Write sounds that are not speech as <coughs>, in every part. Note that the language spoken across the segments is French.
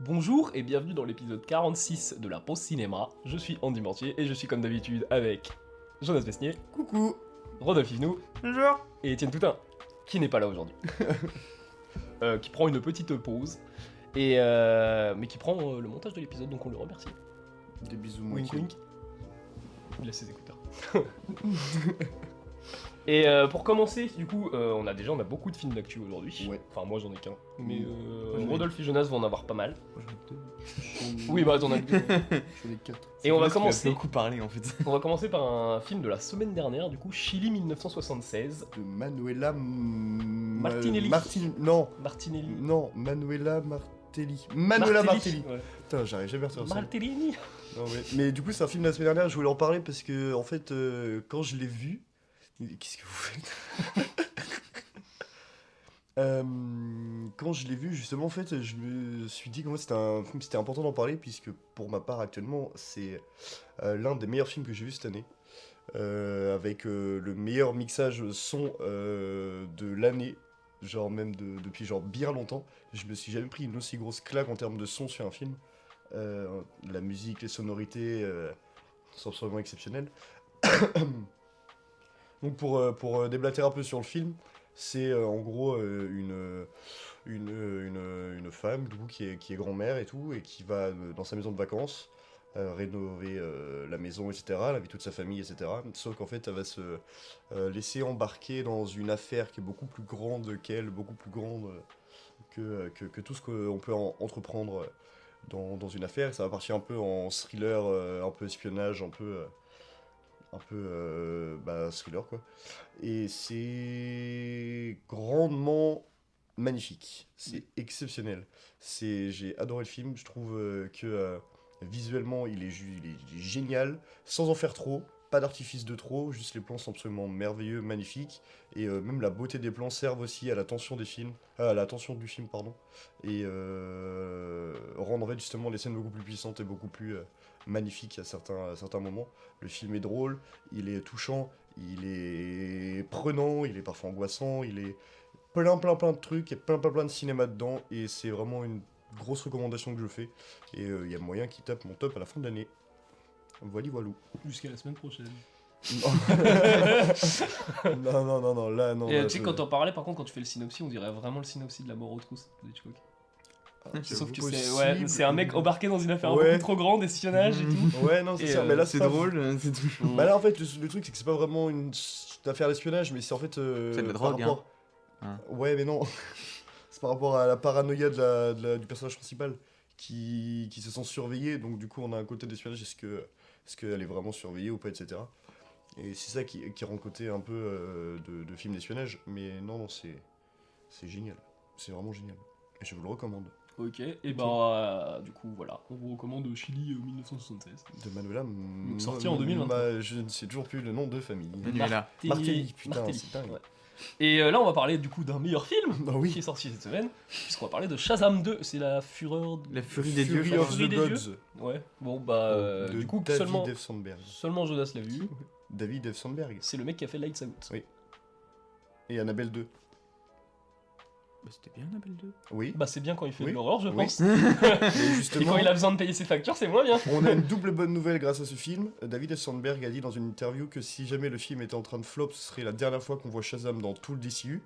Bonjour et bienvenue dans l'épisode 46 de la pause cinéma. Je suis Andy Mortier et je suis comme d'habitude avec Jonas Besnier, Coucou Rodolphe Yvenou Bonjour et Étienne Toutin, qui n'est pas là <laughs> aujourd'hui. Euh, qui prend une petite pause, et euh, mais qui prend euh, le montage de l'épisode, donc on le remercie. Des bisous, Wink Monkey. wink. Il a ses écouteurs. <laughs> Et euh, pour commencer, du coup, euh, on a déjà on a beaucoup de films d'actu aujourd'hui. Ouais. Enfin, moi j'en ai qu'un. Mais Mm. euh, Moi, j'en ai- Rodolphe et Jonas vont en avoir pas mal. Moi, J'en ai deux. Oui, bah t'en as <laughs> que deux. J'en ai quatre. Et on va commencer. beaucoup parlé en fait. On va commencer par un film de la semaine dernière, du coup, Chili 1976, De Manuela... M- Martinelli. Martin... Non, Martinelli. non, Manuela Martelli. Manuela Martelli, Martelli. Putain, j'arrive jamais à Ouais. retenir ça. Martellini. Non, mais... mais du coup, c'est un film de la semaine dernière, je voulais en parler parce que, en fait, euh, quand je l'ai vu... Qu'est-ce que vous <laughs> faites Euh, quand je l'ai vu, justement, en fait, je me suis dit que moi, c'était un film, c'était important d'en parler, puisque pour ma part, actuellement, c'est euh, l'un des meilleurs films que j'ai vu cette année, Euh, avec euh, le meilleur mixage son euh, de l'année, genre même de- depuis genre bien longtemps. Je me suis jamais pris une aussi grosse claque en termes de son sur un film. Euh, la musique, les sonorités euh, sont absolument exceptionnelles. <coughs> Donc pour, euh, pour euh, déblatérer un peu sur le film, c'est euh, en gros euh, une, euh, une, euh, une, euh, une femme du coup, qui est, qui est grand-mère et tout, et qui va euh, dans sa maison de vacances euh, rénover euh, la maison, etc., la vie de toute sa famille, etc. Sauf qu'en fait, elle va se euh, laisser embarquer dans une affaire qui est beaucoup plus grande qu'elle, beaucoup plus grande euh, que, euh, que, que tout ce qu'on peut en- entreprendre euh, dans, dans une affaire. Et ça va partir un peu en thriller, euh, un peu espionnage, un peu... euh, un peu euh, bah, thriller quoi et c'est grandement magnifique. C'est exceptionnel. C'est, j'ai adoré le film. Je trouve euh, que euh, visuellement, il est, ju- il est- il est génial, sans en faire trop. Pas d'artifice de trop, juste les plans sont absolument merveilleux, magnifiques. Et euh, même la beauté des plans servent aussi à la tension des films, euh, à la tension du film, pardon. Et euh, rendre en fait, justement les scènes beaucoup plus puissantes et beaucoup plus euh, magnifiques à certains, à certains moments. Le film est drôle, il est touchant, il est prenant, il est parfois angoissant, il est plein plein plein de trucs, il y a plein plein plein de cinéma dedans et c'est vraiment une grosse recommandation que je fais et euh, il y a moyen qu'il tape mon top à la fin de l'année. Voili voilou. <laughs> Jusqu'à la semaine prochaine. Non. non non non non, là non. Et là, tu sais, je- quand t'en parlais, par contre, quand tu fais le synopsis, on dirait vraiment le synopsis de la mort aux trousses de Hitchcock. Ah, c'est Sauf que possible. c'est ouais, c'est un mec embarqué dans une affaire Ouais. beaucoup trop grande, espionnage et <laughs> tout. Ouais non c'est Et, ça, euh, mais là c'est pas- drôle, euh, c'est tout. Bah là en fait le, le truc c'est que c'est pas vraiment une s- affaire d'espionnage mais c'est en fait... euh, C'est de la par drogue, hein. rapport- Hein. Ouais mais non. <laughs> c'est par rapport à la paranoïa de la- de la- du personnage principal qui, qui se sent surveillé donc du coup on a un côté d'espionnage est-ce que est-ce qu'elle est vraiment surveillée ou pas etc. Et c'est ça qui, qui rend le côté un peu euh, de, de film d'espionnage mais non non c'est c'est génial. C'est vraiment génial. Et je vous le recommande. Ok, et ben euh, du coup, voilà, on vous recommande Chili euh, 1976. De Manuela... M- Sorti en M- 2023. Ma- Je ne sais toujours plus le nom de famille. Manuela. Martelli- Martelli, putain, Martelli, c'est dingue. ouais. Et euh, là, on va parler du coup d'un meilleur film Ah oui. qui est sorti cette semaine, puisqu'on va parler de Shazam 2, c'est la fureur. de- La furie des dieux. Fury je of crois. Fury the des Gods. Ouais, bon bah, euh, de du coup, David seulement, F. Sandberg. seulement Jonas l'a vu, David F. Sandberg c'est le mec qui a fait Lights Out. et Annabelle 2. Bah, C'était bien Annabelle 2. Oui, Bah, c'est bien quand il fait Oui. de l'horreur, je Oui. pense. mais Et Bah, quand justement, il a besoin de payer ses factures, c'est moins bien. on a une double bonne nouvelle grâce à ce film. David F. Sandberg a dit dans une interview que si jamais le film était en train de flop, ce serait la dernière fois qu'on voit Shazam dans tout le DCU.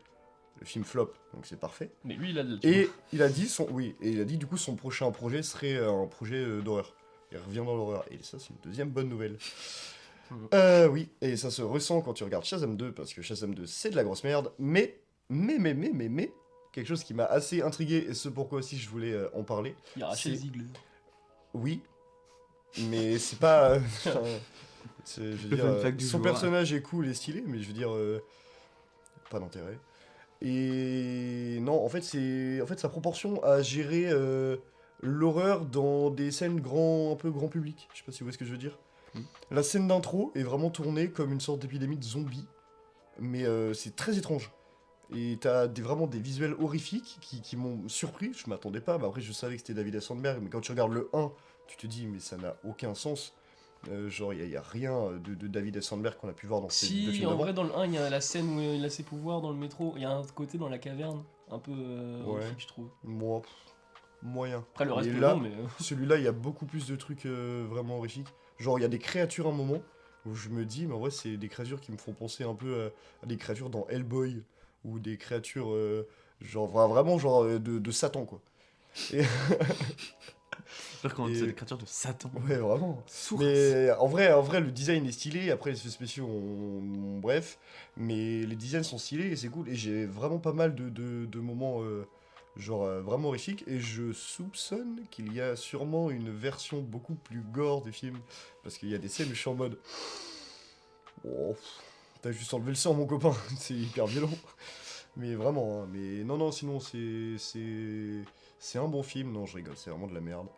Le film flop, donc c'est parfait. Mais lui, il a de la- Et il a dit son, oui, et il a dit du coup son prochain projet serait euh, un projet euh, d'horreur. Il revient dans l'horreur et ça c'est une deuxième bonne nouvelle. Euh, oui, et ça se ressent quand tu regardes Shazam 2 parce que Shazam 2 c'est de la grosse merde, mais mais mais mais mais mais quelque chose qui m'a assez intrigué et ce pourquoi aussi je voulais euh, en parler. Il y a Rachel C'est- Ziegler. Oui, mais c'est pas. <laughs> euh, enfin, c'est- je veux Le dire, fun euh, fact du son jour. personnage est cool et stylé, mais je veux dire, euh, pas d'intérêt. Et non, en fait, c'est en fait sa proportion à gérer euh, l'horreur dans des scènes grand, un peu grand public. Je sais pas si vous voyez ce que je veux dire. Mm. La scène d'intro est vraiment tournée comme une sorte d'épidémie de zombies, mais euh, c'est très étrange. Et t'as des, vraiment des visuels horrifiques qui, qui m'ont surpris, je m'attendais pas, mais après je savais que c'était David F. Sandberg, mais quand tu regardes le 1, tu te dis mais ça n'a aucun sens. Euh, genre il n'y a, rien de, de David F. Sandberg qu'on a pu voir dans ces Si, deux films en d'avant. vrai, dans le 1, il y a la scène où il a ses pouvoirs dans le métro. Il y a un côté dans la caverne, un peu euh, Ouais. horrifique, je trouve. Moi, pff, moyen. Après, le reste, Et est là- bon, mais. euh, Celui-là, il y a beaucoup plus de trucs euh, vraiment horrifiques. Genre, il y a des créatures à un moment où je me dis, mais en vrai, c'est des créatures qui me font penser un peu à, à des créatures dans Hellboy ou des créatures, euh, genre, vra- vraiment, genre euh, de, de Satan, quoi. J'espère qu'on Et- c'est des créatures de Satan. Ouais, vraiment. Source. Mais en vrai, en vrai, le design est stylé. Après, les effets spéciaux, on- on- bref. Mais les designs sont stylés et c'est cool. Et j'ai vraiment pas mal de, de- de moments, euh, genre, euh, vraiment horrifiques. Et je soupçonne qu'il y a sûrement une version beaucoup plus gore du film. Parce qu'il y a des scènes où je suis en mode. Oh, pff, T'as juste enlevé le sang, mon copain. <laughs> c'est hyper violent. Mais vraiment, hein. mais non, non, sinon, c'est. C'est c'est un bon film. Non, je rigole, c'est vraiment de la merde.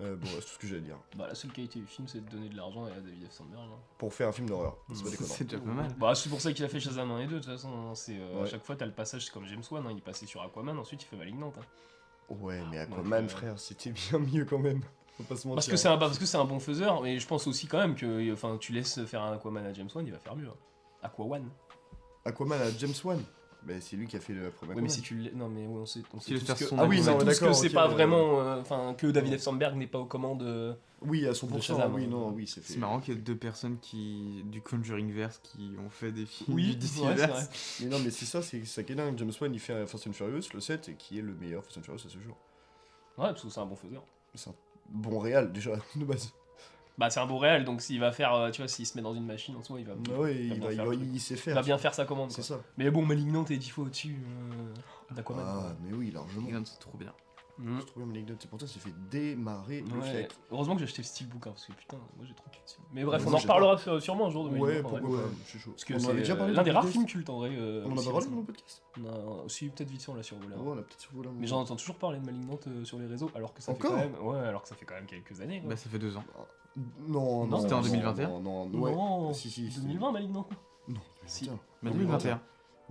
Euh, bon, c'est tout ce que j'ai à dire. Bah, la seule qualité du film, c'est de donner de l'argent à David F. Sandberg. hein. pour faire un film d'horreur. <laughs> C'est pas déconnant. C'est déjà pas mal. Bah, c'est pour ça qu'il a fait Shazam 1 et 2, de toute façon. hein. C'est, euh, Ouais. À chaque fois, t'as le passage, c'est comme James Wan, hein, il passait sur Aquaman, ensuite il fait Malignante. hein. Ouais, mais Ouais, Aquaman, ouais. frère, c'était bien mieux quand même. <laughs> Faut pas se mentir. hein. Parce, que c'est un, parce que c'est un bon faiseur, mais je pense aussi quand même que euh, enfin, tu laisses faire un Aquaman à James Wan, il va faire mieux. hein. Aquaman. Aquaman à James Wan. Mais c'est lui qui a fait le premier. Oui, mais si tu le... Non, mais ouais, on sait, on sait Qu'il tous va faire que... son Ah oui, Aquaman. non, Ouais, tous que d'accord, c'est ok, pas ouais. vraiment... euh, Enfin, que David F. Sandberg n'est pas aux commandes... euh, Oui, à 100%. Shazam, oui, hein. non, oui, c'est fait. C'est marrant qu'il y ait deux personnes qui du Conjuring verse qui ont fait des films Oui, du ouais, DC-verse. c'est vrai. Mais non, mais c'est ça, c'est ça qui est dingue. James Wan, il fait un Fast and Furious, le 7, et qui est le meilleur Fast and Furious à ce jour. Ouais, parce que c'est un bon faiseur. C'est un bon réal, déjà, <laughs> de base. Bah, c'est un bon réel, donc s'il va faire... euh, Tu vois, s'il se met dans une machine, en soi, il va... Ah ouais, bien il, va, il, faire va- le truc. il sait il faire. va bien faire sa commande. C'est quoi. ça. Mais bon, Malignante est dix fois au-dessus euh, d'Aquaman. Ah, quoi. mais oui, largement. Regarde, C'est trop bien. Mm. Je trouve une anecdote, c'est pour ça que ça fait démarrer le Ouais, chèque. Heureusement que j'ai acheté le steelbook hein, parce que putain, moi j'ai trop kiffé. Mais bref, Moi, on en j'ai reparlera sur- sûrement un jour de Ouais, Malignant, en vrai. pourquoi pas, je suis chaud. Parce que On en c'est avait déjà euh, parlé l'un dans des le rares podcast films cultes en vrai. euh, On en a aussi pas parlé dans récemment. le podcast Non, si, peut-être vite si on l'a survolé. Ah hein. ouais, on a peut-être survolé un Mais moment. j'en entends toujours parler de Malignante euh, sur les réseaux alors que ça Encore fait quand même. Ouais, alors que ça fait quand même quelques années. quoi. Bah, ça fait deux ans. Non, non. C'était en non, 2021? Non, non, non. ouais. non, Si, si, si. 2020 Malignant. Non, Si. 2021. Mais 2021. 2021.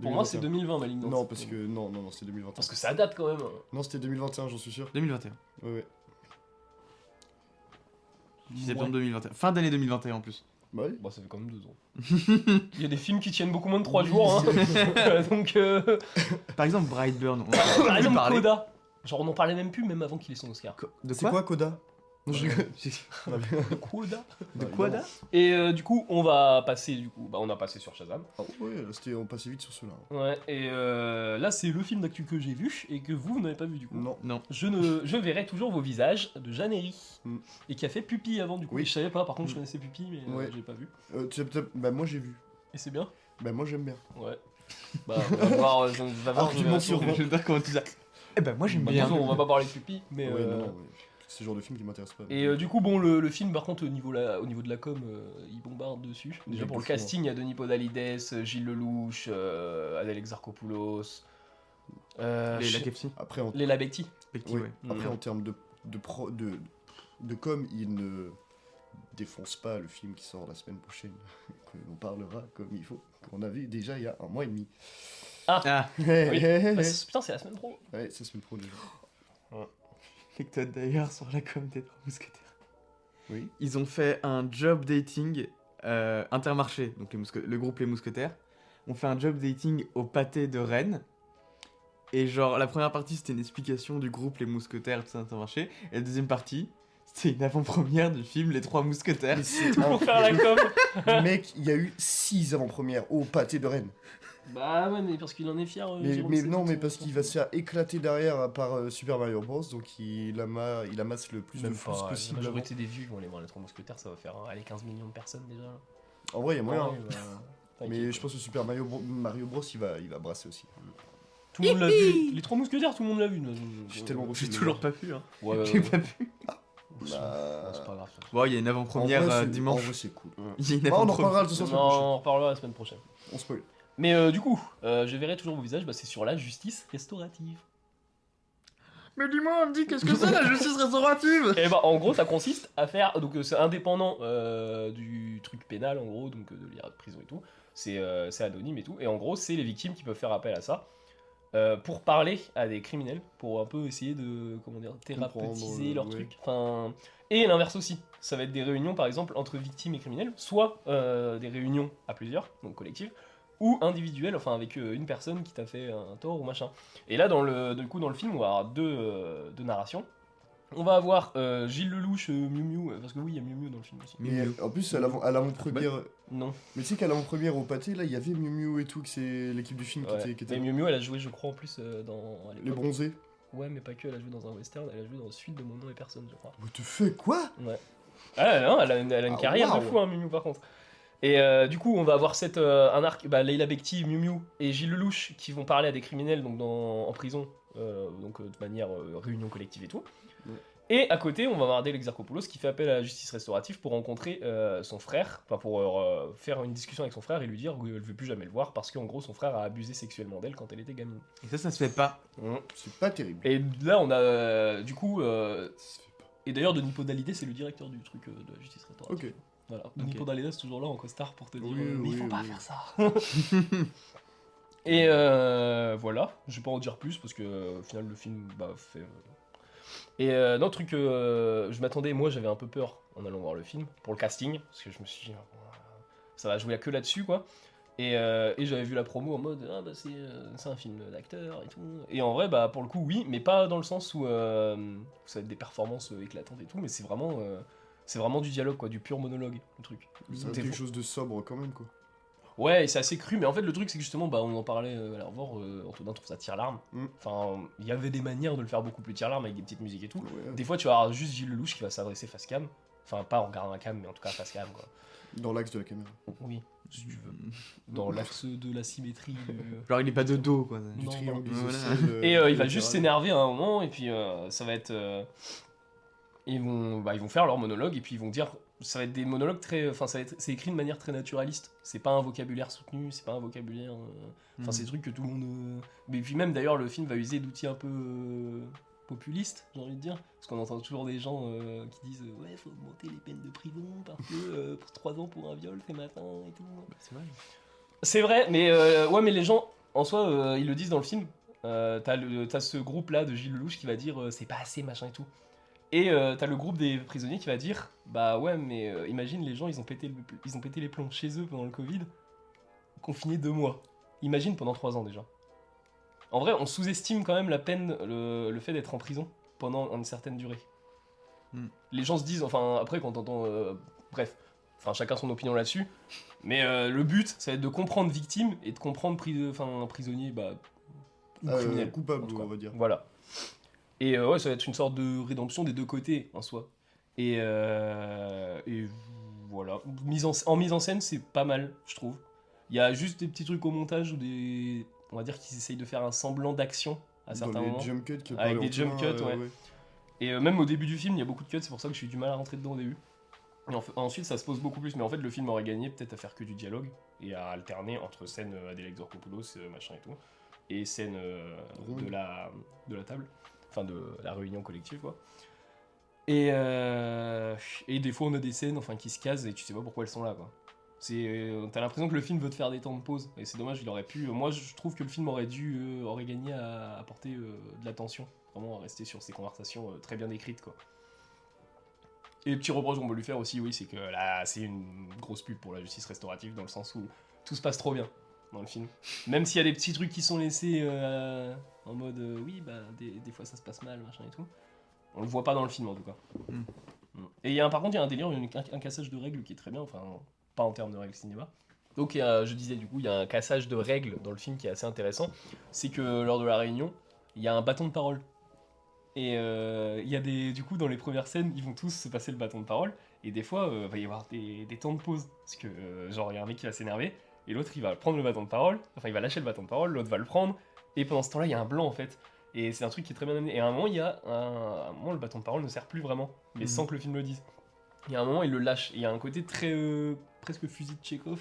Pour moi, c'est 2020 2021. Malignant. Non, parce que non, non, non, c'est 2021. Parce que ça date quand même. hein. Non, c'était 2021, j'en suis sûr. 2021. Ouais, ouais. 10 septembre 2021. Fin d'année 2021 en plus. Bah oui. Bon, ça fait quand même deux ans. Il y a des films qui tiennent beaucoup moins de 3 jours. hein. <laughs> Donc, euh, Par exemple, Brightburn. On en a par plus exemple, parlé. Coda. Genre, on en parlait même plus, même avant qu'il ait son Oscar. Co- <laughs> De C'est quoi quoi Coda Non, je rigole. Bah, bien. Coda. <laughs> De Bah, quoi, évidemment. Da Et euh, du coup, on va passer du coup, bah on a passé sur Shazam. Ah ouais, c'était on passait vite sur cela. hein. Ouais. Et euh, là, c'est le film d'actu que j'ai vu et que vous, vous n'avez pas vu du coup. Non. Non. Je ne, je verrai toujours vos visages de Janéry Mm. et qui a fait Pupille avant du coup. Oui. Et Je savais pas. Par contre, je Mm. connaissais Pupille, mais euh, Ouais. j'ai pas vu. Euh, tu sais, peut-être- bah moi j'ai vu. Et c'est bien. Bah moi j'aime bien. <laughs> Ouais. Bah, on va voir. euh, on va voir Argument je verrai Ah, sur- toujours. J'aime bien comment tu dis ça. Eh ben, moi j'aime Bah, bien. de toute façon, on va pas parler de Pupille, mais. ouais, euh, non, non, ouais. C'est le genre de film qui m'intéresse pas. Et euh, du coup, bon, le, le film, par contre, au niveau, la- au niveau de la com, euh, il bombarde dessus. Déjà Mais pour le de fou, hein. casting, il y a Denis Podalides, Gilles Lelouch, euh, Adèle Exarchopoulos, euh, Les, la je- KFC. après en, Léla Becti. Les petits, oui, Mmh. ouais. après Mm. en termes de de pro de de com, il ne défonce pas le film qui sort la semaine prochaine <laughs> que l'on parlera comme il faut. Qu'on a vu déjà il y a un mois et demi. Ah, <laughs> Hey, hey, hey. Bah, c'est- putain, c'est la semaine pro. Ouais, ça c'est une pro déjà. anecdote d'ailleurs sur la com des trois mousquetaires. Oui. Ils ont fait un job dating euh, intermarché, donc les mousque- le groupe Les Mousquetaires. On fait un job dating au pâté de Rennes. Et genre, la première partie, c'était une explication du groupe Les Mousquetaires, tout ça, intermarché. Et la deuxième partie, c'était une avant-première du film Les Trois Mousquetaires. Pour faire la <laughs> com. Mec, il y a eu 6 avant-premières au pâté de Rennes. bah ouais, mais parce qu'il en est fier. euh, Mais, Jérôme mais Sept, non, mais son- parce qu'il va se faire éclater derrière par euh, Super Mario Bros. Donc il, ama- il amasse le plus Même de pas, flux la possible. majorité des vues, ils vont aller voir les trois mousquetaires, ça va faire hein, allez, 15 millions de personnes déjà. là. avant. En vrai, il y a moyen. hein. Ouais, bah, t'inquiète, mais quoi. je pense que Super Mario, Bro- Mario Bros. Il va, il va brasser aussi. Tout le monde l'a vu. Les trois mousquetaires, tout le monde l'a vu. de toute façon. J'ai tellement J'ai toujours pas vu, hein. Ouais, ouais, <laughs> J'ai ouais. pas vu. Non, Bah, C'est pas grave. ça. Bon, il y a une en avant-première vrai, euh, c'est- En dimanche. vrai, c'est cool. Il y a une Bah, on en avant-première. reparlera de toute façon. Non, la semaine prochaine. on en reparlera la semaine prochaine. On spoil. Mais euh, du coup, euh, je verrai toujours vos visages, bah, c'est sur la justice restaurative. Mais dis-moi, on me dit qu'est-ce que c'est la justice restaurative Et bah en gros, ça consiste à faire. Donc euh, c'est indépendant euh, du truc pénal, en gros, donc euh, de la prison et tout. C'est euh, c'est anonyme et tout. Et en gros, c'est les victimes qui peuvent faire appel à ça euh, pour parler à des criminels, pour un peu essayer de comment dire, thérapeutiser Comprendre, euh, leur ouais. truc. Enfin, et l'inverse aussi. Ça va être des réunions, par exemple, entre victimes et criminels, soit euh, des réunions à plusieurs, donc collectives, ou individuel, enfin avec euh, une personne qui t'a fait un tort ou machin. Et là, dans le, du coup, dans le film, on va avoir deux, euh, deux narrations. On va avoir euh, Gilles Lelouch, euh, Miu Miu, euh, parce que oui, il y a Miu Bah. Miu dans le film aussi. Miu Mais, Miu. en plus, à l'avant-première. euh, Non, Mais tu sais qu'à l'avant-première au pâté, là, il y avait Miu Miu et tout, que c'est l'équipe du film qui ouais. était. Qui était mais Miu Miu, elle a joué, je crois, en plus euh, dans. à Les l'époque. bronzés. Ouais, mais pas que, elle a joué dans un western, elle a joué dans Suite de mon nom et personne, je crois. What the fuck, quoi Ah, non, elle a une, elle a une Ah, carrière waouh. de fou, hein, Miu Miu, par contre. Et euh, du coup, on va avoir cette, euh, un arc, bah, Leila Bekti, Miu Miu et Gilles Lelouch qui vont parler à des criminels donc dans, en prison, euh, donc euh, de manière euh, réunion collective et tout. Ouais. Et à côté, on va avoir Adèle Exarchopoulos qui fait appel à la justice restaurative pour rencontrer euh, son frère, enfin pour euh, faire une discussion avec son frère et lui dire qu'elle veut plus jamais le voir parce qu'en gros, son frère a abusé sexuellement d'elle quand elle était gamine. Et ça, ça se fait pas. C'est pas terrible. Et là, on a euh, du coup. euh, et d'ailleurs, Denis Podalydé, c'est le directeur du truc euh, de la justice restaurative. Ok. Voilà. Denis Ok. Podalydé, c'est toujours là en costard pour te dire Oui, euh, mais il oui, faut pas oui. faire ça. <laughs> et euh, voilà, je vais pas en dire plus parce que euh, au final, le film bah, fait. euh, Et euh, non, truc, euh, je m'attendais, moi j'avais un peu peur en allant voir le film pour le casting parce que je me suis dit, Ah, ça va jouer à que là-dessus quoi. Et, euh, et j'avais vu la promo en mode ah bah c'est euh, c'est un film d'acteur et tout. Et en vrai bah pour le coup oui, mais pas dans le sens où euh, ça va être des performances euh, éclatantes et tout, mais c'est vraiment euh, c'est vraiment du dialogue quoi, du pur monologue le truc. Ça a T'es- quelque chose de sobre quand même, quoi. Ouais, et c'est assez cru, mais en fait le truc c'est que justement bah on en parlait euh, à la revoir, euh, Antonin trouve ça tire larme. Mm. Enfin il y avait des manières de le faire beaucoup plus tire larme avec des petites musiques et tout. Ouais. Des fois tu vas avoir juste Gilles Lelouch qui va s'adresser face cam, enfin pas en regardant la cam, mais en tout cas face cam quoi. Dans l'axe de la caméra. Oui, si tu veux. Dans l'axe de la symétrie. euh, Genre, il est pas de dos, quoi. Du Non, triangle non, voilà. isocèle, euh, Et euh, il va latéral. juste s'énerver à un moment, et puis euh, ça va être. euh, ils, vont, bah, ils vont faire leur monologue, et puis ils vont dire. Ça va être des monologues très. Enfin, ça va être- c'est écrit de manière très naturaliste. C'est pas un vocabulaire soutenu, c'est pas un vocabulaire. euh, Mm. Enfin, c'est des trucs que tout le monde. euh, Mais puis même d'ailleurs, le film va user d'outils un peu euh, populistes, j'ai envie de dire. Parce qu'on entend toujours des gens euh, qui disent euh, Ouais, faut augmenter les peines de prison parce que euh, pour 3 ans pour un viol, c'est matin et tout. C'est mal. C'est vrai, mais euh, ouais, mais les gens, en soi, euh, ils le disent dans le film. Euh, t'as le- t'as ce groupe là de Gilles Lelouch qui va dire euh, c'est pas assez machin et tout. Et euh, t'as le groupe des prisonniers qui va dire bah ouais mais euh, imagine les gens ils ont pété le- ils ont pété les plombs chez eux pendant le Covid, confinés deux mois. Imagine pendant trois ans déjà. En vrai on sous-estime quand même la peine le, le fait d'être en prison pendant une certaine durée. Hmm. Les gens se disent enfin après quand t'entends euh, bref enfin chacun son opinion là-dessus mais euh, le but, ça va être de comprendre victime et de comprendre pris- enfin, prisonnier, bah, ou Ah Euh, criminel. coupable, en tout cas. on va dire. Voilà. Et euh, ouais, ça va être une sorte de rédemption des deux côtés en soi. Et, euh, et voilà. Mise en, en mise en scène, c'est pas mal, je trouve. Il y a juste des petits trucs au montage ou des. On va dire qu'ils essayent de faire un semblant d'action à certains Dans les moments. jump cuts que Avec parlait des jump Antonin, cuts, euh, ouais. Et euh, même au début du film, il y a beaucoup de cuts, c'est pour ça que j'ai eu du mal à rentrer dedans au début. Et en fait- ensuite, ça se pose beaucoup plus, mais en fait, le film aurait gagné peut-être à faire que du dialogue et à alterner entre scènes euh, Adèle Exarchopoulos, euh, machin et tout, et scènes euh, Drôle. de, la, de la table, enfin de la réunion collective, quoi. Et, euh, et des fois, on a des scènes enfin, qui se casent et tu sais pas pourquoi elles sont là, quoi. C'est, euh, t'as l'impression que le film veut te faire des temps de pause, et c'est dommage, il aurait pu. euh, Moi, je trouve que le film aurait dû, euh, aurait gagné à apporter euh, de l'attention, vraiment à rester sur ces conversations euh, très bien écrites, quoi. Et petit reproche qu'on peut lui faire aussi, oui, c'est que là, c'est une grosse pub pour la justice restaurative, dans le sens où tout se passe trop bien dans le film. Même s'il y a des petits trucs qui sont laissés euh, en mode, euh, oui, bah, des, des fois ça se passe mal, machin et tout. On le voit pas dans le film, en tout cas. Mm. Mm. Et il y a un, par contre, il y a un délire, une- un, un cassage de règles qui est très bien, enfin, pas en termes de règles cinéma. Donc, il y a- je disais, du coup, il y a un cassage de règles dans le film qui est assez intéressant. C'est que lors de la réunion, il y a un bâton de parole. Et euh, il y a des. Du coup, dans les premières scènes, ils vont tous se passer le bâton de parole. Et des fois, euh, il va y avoir des, des temps de pause. Parce que, euh, genre, il y a un mec qui va s'énerver. Et l'autre, il va prendre le bâton de parole. Enfin, il va lâcher le bâton de parole. L'autre va le prendre. Et pendant ce temps-là, il y a un blanc, en fait. Et c'est un truc qui est très bien amené. Et à un moment, il y a. Un, à un moment, le bâton de parole ne sert plus vraiment. Mais Mhm. sans que le film le dise. Il y a un moment, il le lâche. Et il y a un côté très. euh, presque fusil de Tchekhov.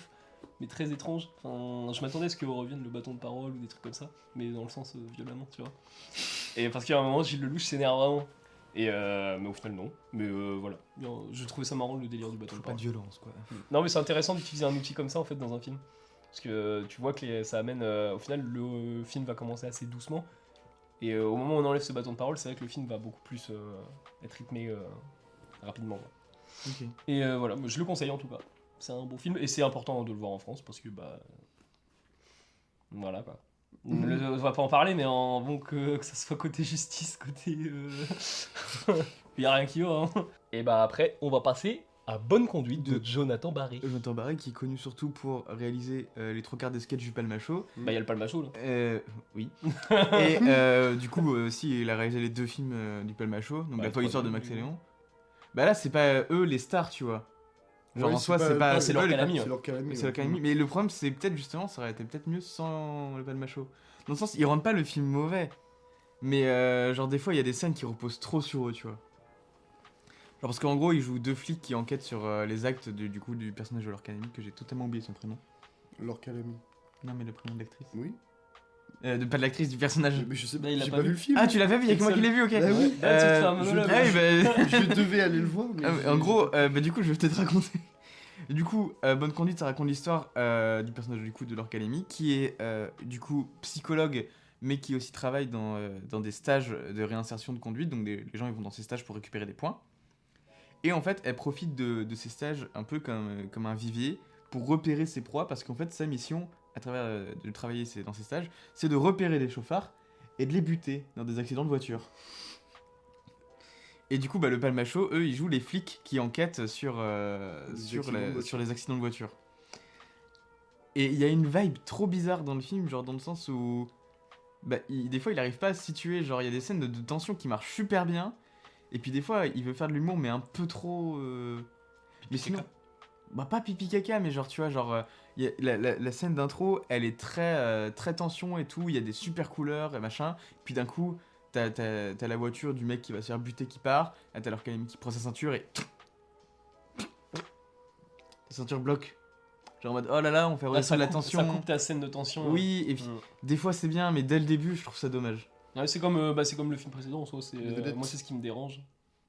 Mais très étrange. Enfin, je m'attendais à ce que revienne le bâton de parole ou des trucs comme ça. Mais dans le sens euh, violemment, tu vois. Et parce qu'à un moment, Gilles Lelouch s'énerve vraiment. Et euh, mais au final, non. Mais euh, voilà. Bien, Je trouvais ça marrant le délire du bâton de Toujours pas parole. de violence, quoi. Non, mais c'est intéressant d'utiliser un outil comme ça en fait dans un film. Parce que euh, tu vois que les- ça amène. euh, au final, le euh, film va commencer assez doucement. Et euh, au moment où on enlève ce bâton de parole, c'est vrai que le film va beaucoup plus euh, être rythmé euh, rapidement. quoi. Ok. Et euh, voilà, moi, je le conseille en tout cas. C'est un bon film et c'est important de le voir en France parce que bah Voilà quoi. Mhm. Le- on va pas en parler, mais en, bon, que, que ça soit côté justice, côté. Il <laughs> y a rien qui va. hein. Et bah après, on va passer à Bonne Conduite de Jonathan Barry. Jonathan Barré qui est connu surtout pour réaliser euh, les trois quarts des sketchs du Palmacho. Bah, il y a le palmacho là. Euh, <laughs> oui. et euh, du coup, euh, aussi, il a réalisé les deux films euh, du Palmacho, donc Bah, La trois folle histoire de films, Max et oui. Léon. Bah là, c'est pas euh, eux les stars, tu vois. Genre Ouais, en soi, c'est ouais, pas. c'est eux leur les- calamie, C'est leur calamie. C'est le ouais. Canadien. Mais le problème, c'est peut-être justement, ça aurait été peut-être mieux sans le Palmacho. Dans le sens, ils rendent pas le film mauvais. Mais euh, genre, des fois, il y a des scènes qui reposent trop sur eux, tu vois. Genre, parce qu'en gros, ils jouent deux flics qui enquêtent sur euh, les actes de- du coup du personnage de leur Canadien, que j'ai totalement oublié son prénom. Leur calamie. Non, mais le prénom de l'actrice. Oui. Euh, de, pas de l'actrice, du personnage. Mais je sais Bah, il a j'ai pas pas, vu. vu le film. Ah, tu l'as pas vu, il y a que moi qui l'ai vu, ok. Bah oui. Ah, tu te fais un Euh, monologue. ah oui, <laughs> bah, <laughs> je devais aller le voir. Mais Ah, mais en gros, euh, bah, du coup, je vais peut-être <laughs> raconter. Du coup, euh, Bonne Conduite, ça raconte l'histoire euh, du personnage du coup de l'Orcalémie, qui est euh, du coup psychologue, mais qui aussi travaille dans, euh, dans des stages de réinsertion de conduite. Donc, des- les gens ils vont dans ces stages pour récupérer des points. Et en fait, elle profite de, de ces stages un peu comme, euh, comme un vivier pour repérer ses proies, parce qu'en fait, sa mission, à travers euh, de travailler ces- dans ces stages, c'est de repérer les chauffards et de les buter dans des accidents de voiture. Et du coup, bah, le Palmacho, eux, ils jouent les flics qui enquêtent sur, euh, Les sur, accidents de la- voiture. sur les accidents de voiture. Et il y a une vibe trop bizarre dans le film, genre dans le sens où. Bah, il- des fois, il arrive pas à se situer. Genre, il y a des scènes de, de tension qui marchent super bien. Et puis, des fois, il veut faire de l'humour, mais un peu trop. euh, Mais sinon. Bah, pas pipi caca, mais genre, tu vois, genre. euh, il y a- la, la- la scène d'intro, elle est très, euh, très tension et tout. Il y a des super couleurs et machin. Puis d'un coup, t'as, t'as- t'as la voiture du mec qui va se faire buter qui part. Là, t'as leur calamie qui prend sa ceinture et. La ceinture bloque. Genre en mode, oh là là, on fait Ah, redescendre ça, la coupe, ça tension. coupe ta scène de tension. Oui, et puis Mm. des fois c'est bien, mais dès le début, je trouve ça dommage. Ouais, c'est comme, euh, bah, c'est comme le film précédent en soi. c'est, Les euh, vedettes. moi, c'est ce qui me dérange.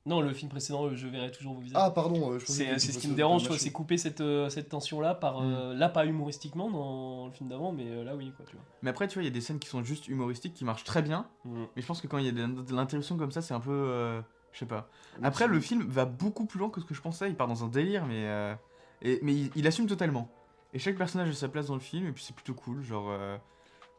Non, le film précédent, euh, je verrai toujours vos visages. Ah, pardon. euh, je pensais c'est que c'est ce tu qui me pensais au dérange, quoi, Palmacho. c'est couper cette, euh, cette tension-là, par Mm. euh, là, pas humoristiquement dans le film d'avant, mais euh, là, oui, quoi, tu vois. Mais après, tu vois, il y a des scènes qui sont juste humoristiques, qui marchent très bien. Mm. Mais je pense que quand il y a de de l'interruption comme ça, c'est un peu. euh, je sais pas. Oui, Après, c'est- le film va beaucoup plus loin que ce que je pensais. Il part dans un délire, mais. euh, et, mais il, il assume totalement. Et chaque personnage a sa place dans le film, et puis c'est plutôt cool. Genre. euh,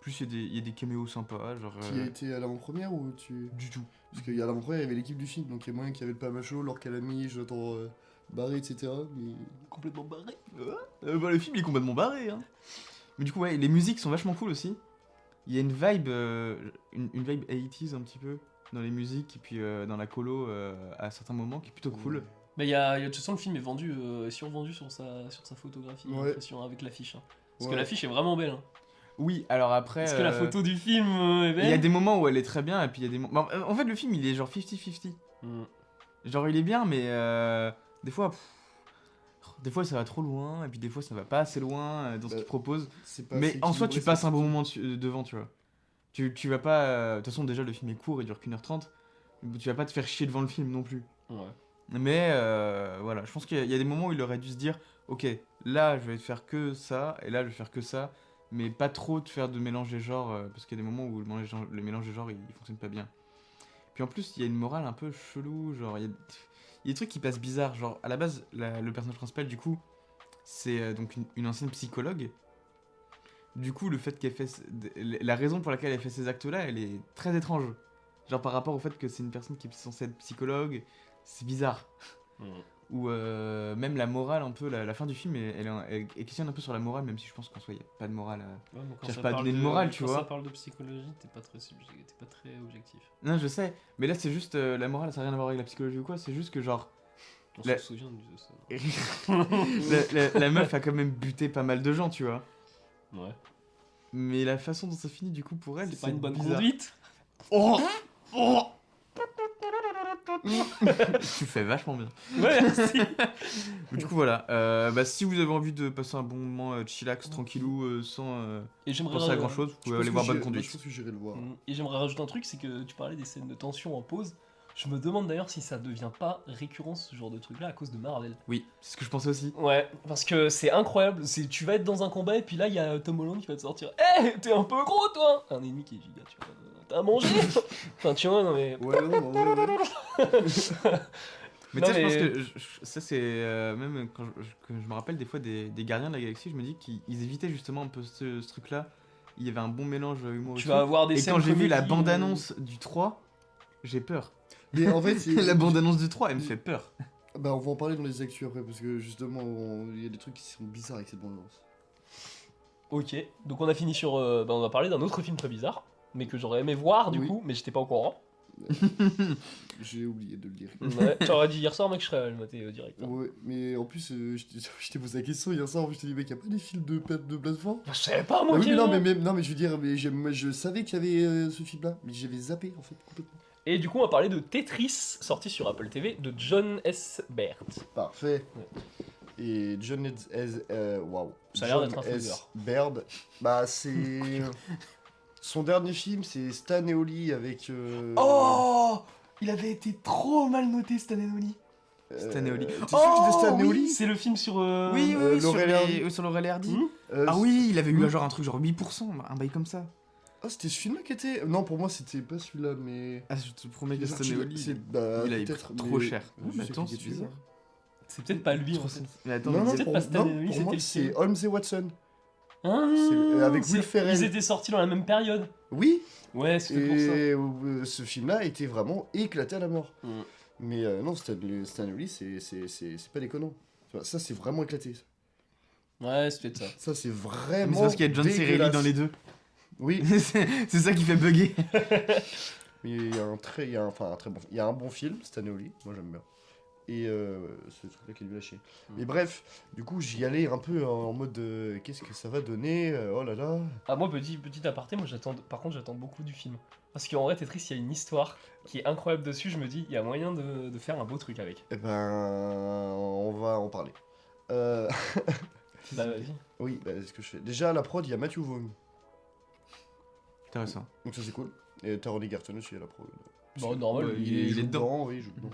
plus il y, a des- il y a des caméos sympas, genre. Qui a euh, été à l'avant-première ou tu. Du tout. Parce qu'il y a l'avant-première, il y avait l'équipe du film, donc il y a moyen qu'il y avait le Pamacho, Laure Calami, Jonathan euh, Barré, etc. Mais. Complètement barré. Euh, bah, le film il est complètement barré. Hein. Mais du coup, ouais, les musiques sont vachement cool aussi. Il y a une vibe, euh, une, une vibe 80s un petit peu dans les musiques et puis euh, dans la colo euh, à certains moments qui est plutôt cool. Mais il y a, il y a- de toute façon, le film est vendu, euh, survendu sur sa, sur sa photographie, j'ai Ouais. l'impression, avec l'affiche. hein. Parce Ouais. que l'affiche est vraiment belle. hein. Oui, alors après. Parce que la euh, photo du film euh, est Il y a belle. des moments où elle est très bien et puis il y a des moments. Bah, en fait, le film il est genre 50-50. Mm. Genre il est bien, mais euh, des fois. pff, des fois ça va trop loin et puis des fois ça va pas assez loin euh, dans ce Bah, qu'il propose. C'est pas Mais assez en soi, tu équilibré, passes ça. un bon moment dessus- euh, devant, tu vois. Tu, tu vas pas. euh, De toute façon, déjà, le film est court, il dure qu'une heure trente. Tu vas pas te faire chier devant le film non plus. Ouais. Mais euh, voilà, je pense qu'il y, a- il y a des moments où il aurait dû se dire Ok, là, je vais faire que ça, et là, je vais faire que ça. Mais pas trop de faire de mélange des genres, euh, parce qu'il y a des moments où le mélange, le mélange des genres, il, il fonctionne pas bien. Puis en plus, il y a une morale un peu chelou, genre, il y a, il y a des trucs qui passent bizarres. Genre, à la base, la- le personnage principal, du coup, c'est euh, donc une, une ancienne psychologue. Du coup, le fait qu'elle fait. ce- de- La raison pour laquelle elle fait ces actes-là, elle est très étrange. Genre, par rapport au fait que c'est une personne qui est censée être psychologue, c'est bizarre. <laughs> Mm. Ou euh, même la morale, un peu, la, la fin du film, elle, elle, elle- elle questionne un peu sur la morale, même si je pense qu'en soi, il n'y a pas de morale. euh. Ouais, mais quand Cherche ça pas à parle donner de morale, tu quand vois. ça parle de psychologie, t'es pas très, subject- t'es pas très objectif. Non, je sais, mais là, c'est juste. euh, la morale, ça n'a rien à voir avec la psychologie ou quoi, c'est juste que, genre. On La- se souvient de ça. Mm. la, la- <laughs> la meuf a quand même buté pas mal de gens, tu vois. Ouais. Mais la façon dont ça finit, du coup, pour elle, C'est pas une bonne bizarre. conduite. Oh Oh <laughs> Tu fais vachement bien. Ouais, <laughs> merci. Mais Du coup, voilà. euh, bah, si vous avez envie de passer un bon moment euh, chillax, tranquillou, euh, sans euh, Et j'aimerais penser à raj- grand chose, vous Je pouvez pense aller que voir Bonne j'irai- Je Conduite. pense que j'irai le voir. <laughs> Mm. Et j'aimerais rajouter un truc, c'est que tu parlais des scènes de tension en pause. Je me demande d'ailleurs si ça devient pas récurrent ce genre de truc là à cause de Marvel. Oui, c'est ce que je pensais aussi. Ouais, parce que c'est incroyable. C'est tu vas être dans un combat et puis là il y a Tom Holland qui va te sortir. Eh, t'es un peu gros toi. Un ennemi qui est giga. Tu vois, t'as à <laughs> manger. enfin tu vois non mais. Ouais, non, non, ouais, ouais. <laughs> Mais Non, tu sais, je mais- pense que je- je- ça, c'est. euh, même quand je, je- que je me rappelle des fois des, des gardiens de la galaxie, je me dis qu'ils ils évitaient justement un peu ce, ce truc-là. il y avait un bon mélange euh, humour. et Tu tout. vas avoir des Et scènes quand j'ai vu la comédie, bande-annonce du 3, j'ai <laughs> peur. Mais en fait, c'est- <laughs> la bande-annonce du 3, elle me fait peur. Bah, on va en parler dans les actus après, parce que justement, on- il y a des trucs qui sont bizarres avec cette bande-annonce. Ok, donc on a fini sur. euh, bah, on a parlé d'un autre film très bizarre, mais que j'aurais aimé voir du Oui. coup, mais j'étais pas au <laughs> courant. J'ai oublié de le dire. Ouais, T'aurais dit hier soir, mec, je serais allé le mater euh, direct. Ah. hein. Ouais, mais en plus, euh, je t'ai- <laughs> je t'ai posé la question hier soir, je t'ai dit, mec, y a pas des films de, pla- de plateforme Bah, je savais pas, Ah moi. oui, mais qu'il y non, avait. mais, mais- non, mais je veux dire, mais j'ai- moi, je savais qu'il y avait euh, ce film-là, mais j'avais zappé en fait complètement. Et du coup, on va parler de Tetris, sorti sur Apple TV, de John S. Bert. Parfait. Et John S. S- euh, Waouh. Ça a l'air John d'être un S. faiseur. Baird, bah c'est. Son dernier film, c'est Stan et Oli avec. euh, Oh Il avait été trop mal noté, Stan Anoli. euh, Stan et Ollie. T'es sûr que Oh, c'était Stan et oui. Ollie C'est le film sur. euh, Oui, oui, euh, oui, sur Laurel les- Hardy. oui, sur Laurel Hardy. Hmm Euh, Ah oui, il avait eu Hmm. genre un truc genre 8%, un bail comme ça. Ah, c'était ce film-là qui était. Non, pour moi, c'était pas celui-là, mais. Ah, je te promets que C'est- Stan c'est- Anoli, c'est- bah, il a eu peut-être, trop mais- cher. je Euh, Mais sais attends, qui c'est tu es. bizarre. C'est peut-être pas lui. en fait. 300. Mais attends, Non, non, mais- peut-être pour, pas Stan non, et Ollie, pour c'était moi, le c'est film. Holmes et Watson. Ah, C'est- euh, avec c'est- Will Ferrell. Ils étaient sortis dans la même période. Oui, Ouais, c'était pour ça. et euh, ce film-là était vraiment éclaté à la mort. Mm. Mais euh, non, Stan, Stan Lee, c'est c'est- c'est- c'est pas déconnant. Tu vois, Ça, c'est vraiment éclaté. ça. Ouais, c'est peut-être ça. Ça, c'est mais vraiment. c'est parce qu'il y a John Cirelli dégueulasse. dans les deux. Oui, <laughs> c'est c'est ça qui fait bugger. mais il y a un très, il y a un, enfin, un très bon, il y a un bon film, Stan Lee, moi j'aime bien. Et euh, ce truc-là qui est dû lâcher. Mm. Mais bref, du coup, j'y allais un peu en, en mode euh, qu'est-ce que ça va donner euh, Oh là là. Ah moi petit petit aparté, moi j'attends par contre j'attends beaucoup du film parce qu'en vrai Tetris il y a une histoire qui est incroyable dessus, je me dis il y a moyen de, de faire un beau truc avec. Eh ben, on va en parler. Euh, <laughs> Bah vas-y. oui, bah, c'est ce que je fais. Déjà, à la prod, il y a Matthew Vaughn. Intéressant. Donc ça c'est cool. Et Taron Egerton aussi à la pro. Bon Bah, normal. Ouais, il- il est joue dedans. oui, il joue dedans.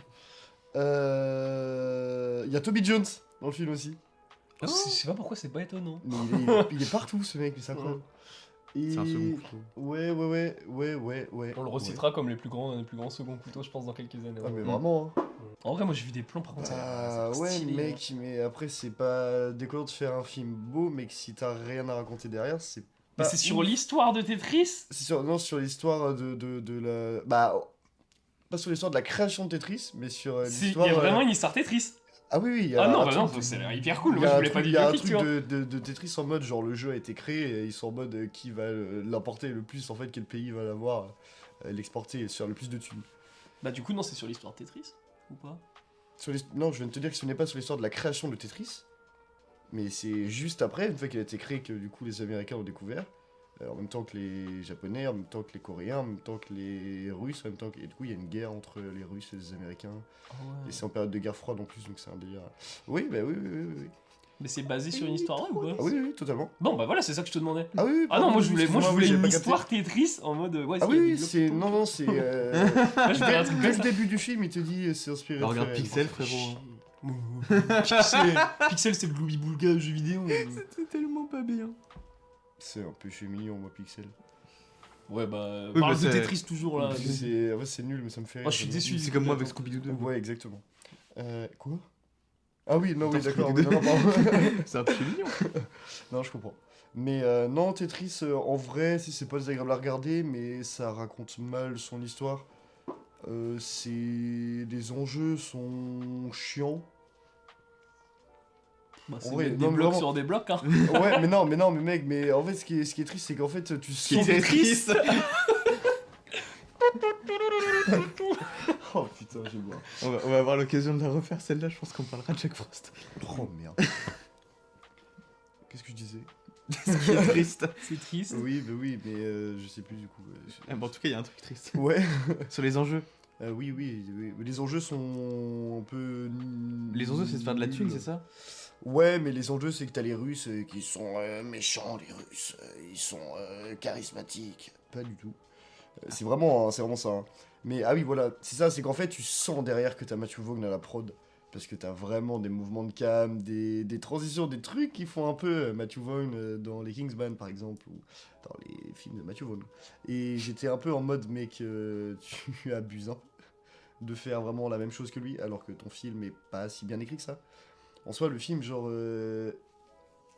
Euh, Il y a Toby Jones dans le film aussi. Je sais pas pourquoi Oh, c'est pas étonnant. Mais il est, il est partout ce mec, mais c'est incroyable. Et- C'est un second couteau. Ouais, ouais, ouais, ouais, ouais, ouais. On le recitera. recitera comme les plus grands les plus grands second couteaux je pense dans quelques années. Hmm. Ah mais Mm. vraiment. hein. En vrai moi j'ai vu des plans par contre. ça a l'air- ça a Bah l'air ouais stylé, hein. mec, mais après c'est pas déconnant de faire un film beau, mais que si t'as rien à raconter derrière, c'est Mais pas c'est sur l'histoire de Tetris. C'est sur, non, sur l'histoire de, de, de la. Bah. Pas sur l'histoire de la création de Tetris, mais sur euh, C'est- Il y l'histoire. a euh, vraiment une histoire Tetris. Ah oui, oui. il y a Ah un non bah truc non de- ça a l'air hyper cool. il y Moi a je un voulais pas truc, du il y a un graphique tu truc vois. de, de- de Tetris en mode genre le jeu a été créé et ils sont en mode euh, qui va euh, l'emporter le plus en fait, quel pays va l'avoir, euh, l'exporter et se faire le plus de thunes. Bah du coup non c'est sur l'histoire de Tetris ou pas Sur l'his- non, je viens de te dire que ce n'est pas sur l'histoire de la création de Tetris, mais c'est juste après, une fois qu'il a été créé, que du coup les Américains l'ont découvert, euh, en même temps que les Japonais, en même temps que les Coréens, en même temps que les Russes, en même temps que... Et du coup, il y a une guerre entre les Russes et les Américains, et c'est en période de guerre froide en plus, donc c'est un délire... Oui, bah oui, oui, oui, oui, oui. Mais c'est basé sur une histoire vraie ou Ah quoi oui, oui, oui, totalement. Bon bah voilà c'est ça que je te demandais. Ah oui, oui, Ah non, moi je voulais, moi, je excuse-moi, voulais oui, une j'avais pas capté. histoire Tetris en mode. Ouais, Ah c'est oui, le oui, bloc c'est... tout- Non, non, <laughs> c'est... euh, Ouais, je voulais Dès, un truc comme dès le ça. début du film, il te dit euh, c'est inspiré Bah, de... regarde faits Pixel, réels. frérot. Pixel, Pixel c'est Glooby Boulga jeu vidéo. C'était tellement pas bien. C'est un peu chez mignon, moi, Pixel. Ouais, bah. Oui, parle bah, de c'est- Tetris toujours là. Parce que C'est... en fait, c'est nul, mais ça me fait rire. Oh, Moi je suis ça me- déçu. C'est comme moi avec Scooby-Doo 2. <laughs> Ouais, exactement. Euh, quoi Ah oui, non, Dans oui, d'accord. Scooby-Doo. Non, non, <laughs> pardon. C'est <laughs> un petit mignon. Non, je comprends. Mais euh, non, Tetris, euh, en vrai, si c'est pas désagréable à regarder, mais ça raconte mal son histoire. Euh, c'est... Les enjeux sont chiants. Bah, c'est En vrai, mettre des non, mais blocs vraiment. sur des blocs. Hein. ouais, mais non, mais non, mais mec, mais en fait, ce qui est, ce qui est triste, c'est qu'en fait, tu Qui sens... est Tetris Oh putain, j'ai boire. On va, on va avoir l'occasion de la refaire celle-là, je pense qu'on parlera de Jack Frost. Oh merde. <laughs> Qu'est-ce que je disais Ce <laughs> qui est <laughs> triste. C'est triste. Oui, bah oui, mais euh, je sais plus du coup. euh, je- Ah, bon, en tout cas, il y a un truc triste. Ouais. Sur les enjeux. Euh, oui, oui, oui. Les enjeux sont un peu. Les enjeux, c'est de faire de la thune, nuls. c'est ça Ouais, mais les enjeux, c'est que t'as les Russes euh, qui sont euh, méchants, les Russes. euh, Ils sont euh, charismatiques. Pas du tout. Euh, C'est vraiment, hein, c'est vraiment ça. hein. Mais ah oui, voilà, c'est ça, c'est qu'en fait, tu sens derrière que t'as Matthew Vaughn à la prod. Parce que t'as vraiment des mouvements de cam, des, des transitions, des trucs qui font un peu euh, Matthew Vaughn euh, dans les Kingsman, par exemple, ou dans les films de Matthew Vaughn. Et j'étais un peu en mode, mec, euh, <laughs> tu abuses un peu de faire vraiment la même chose que lui, alors que ton film est pas si bien écrit que ça. En soi, le film, genre, euh,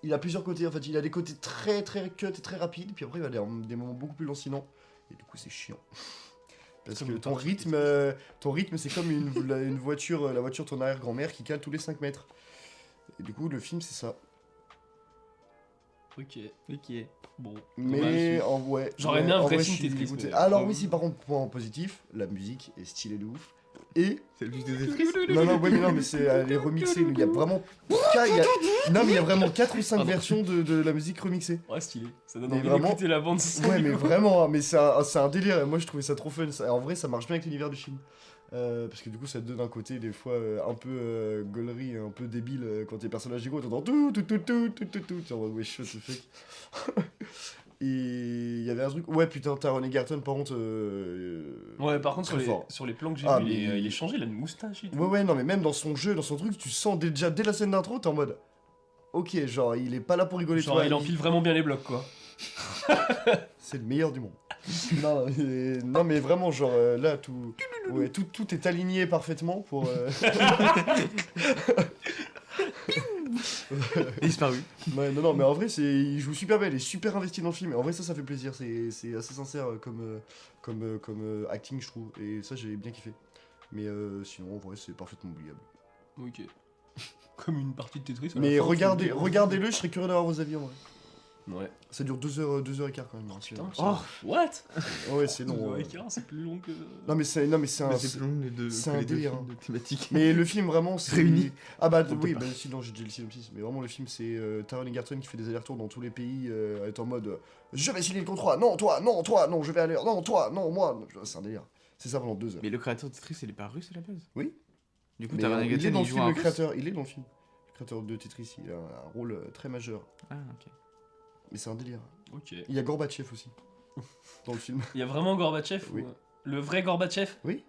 il a plusieurs côtés en fait. Il a des côtés très très cut et très rapides, puis après il a des, des moments beaucoup plus lancinants. Et du coup, c'est chiant. Parce que ton rythme, euh, ton rythme, c'est comme une, la, une voiture, euh, la voiture de ton arrière-grand-mère qui cale tous les 5 mètres. Et du coup, le film, c'est ça. Ok, Ok. bon. Mais en vrai, J'aurais ouais, bien un en vrai vrai, film je suis Tetris, dégoûté. mais- Alors oui, si par contre, point positif, la musique est stylée de ouf. Et C'est le but <laughs> de Tetris. non, non, ouais, mais non, mais c'est elle est remixée. Il y a vraiment, quatre- il y a- non, mais il y a vraiment 4 ou 5 Pardon. versions de, de la musique remixée. Ouais, stylé. Ça donne Mais envie vraiment- d'écouter la bande son. Ouais, du mais coup. vraiment, hein, mais c'est un, c'est un délire. Et moi, je trouvais ça trop fun. Ça- en vrai, ça marche bien avec l'univers du film. Euh, parce que du coup, ça te donne un côté des fois euh, un peu euh, gaulerie, un peu débile euh, quand t'es personnage d'ego. T'entends tout, tout, tout, tout, tout, tout, tout. T'es en mode, ouais, shut the fuck. <laughs> Et il y avait un truc. Ouais, putain, Taron Egerton, par contre. euh, <laughs> Ouais, par contre, sur Très les, fort. sur les plans que j'ai Ah, vus, il, est, mais- il est changé, il a une moustache et tout. Ouais, ouais, non, mais même dans son jeu, dans son truc, tu sens déjà dès la scène d'intro, t'es en mode. Ok, genre, il est pas là pour rigoler. tu Genre, vois, il empile vraiment bien les blocs, quoi. C'est le meilleur du monde. <laughs> non, mais, non, mais vraiment, genre euh, là, tout, ouais, tout, tout est aligné parfaitement pour. euh, <laughs> Disparu. ouais, non, non, mais en vrai, c'est, il joue super bien, il est super investi dans le film. Et en vrai, ça, ça fait plaisir. C'est, c'est assez sincère euh, comme, euh, comme, euh, comme euh, acting, je trouve. Et ça, j'ai bien kiffé. Mais euh, sinon, en vrai, c'est parfaitement oubliable. Ok. <laughs> Comme une partie de Tetris. à la Mais fin, tu regardez, le- regardez-le, je serais curieux d'avoir vos avis en vrai. Ouais. Ça dure 2h15 deux heures, deux heures et quart, quand même. hein, Putain, c'est- oh, what oh, ouais, c'est long. Ouais, ouais. car c'est plus long que. Non, mais c'est, non, mais c'est un. Oh, Mais c'est plus long les deux, c'est que un les deux délire, films de thématique. Mais le film vraiment c'est Réuni. Ah bah On peut oui, pas. bah, sinon j'ai déjà le synopsis. Mais vraiment le film c'est euh, Taron Egerton qui fait des allers-retours dans tous les pays, euh, est en mode euh, je vais signer le contrat, non toi, non toi, non je vais aller, non toi, non moi, c'est un délire. C'est ça pendant deux heures. Mais le créateur de Tetris, il est pas russe à la base Oui. Du coup, Mais, t'as euh, rien il est dans il le joue film, un le russe créateur, il est dans le film. Le créateur de Tetris, il a un rôle euh, très majeur. Ah, ok. Mais c'est un délire. Ok. Il y a Gorbatchev aussi dans le film. Il y a vraiment Gorbatchev Oui. ou... euh, Le vrai Gorbatchev Oui.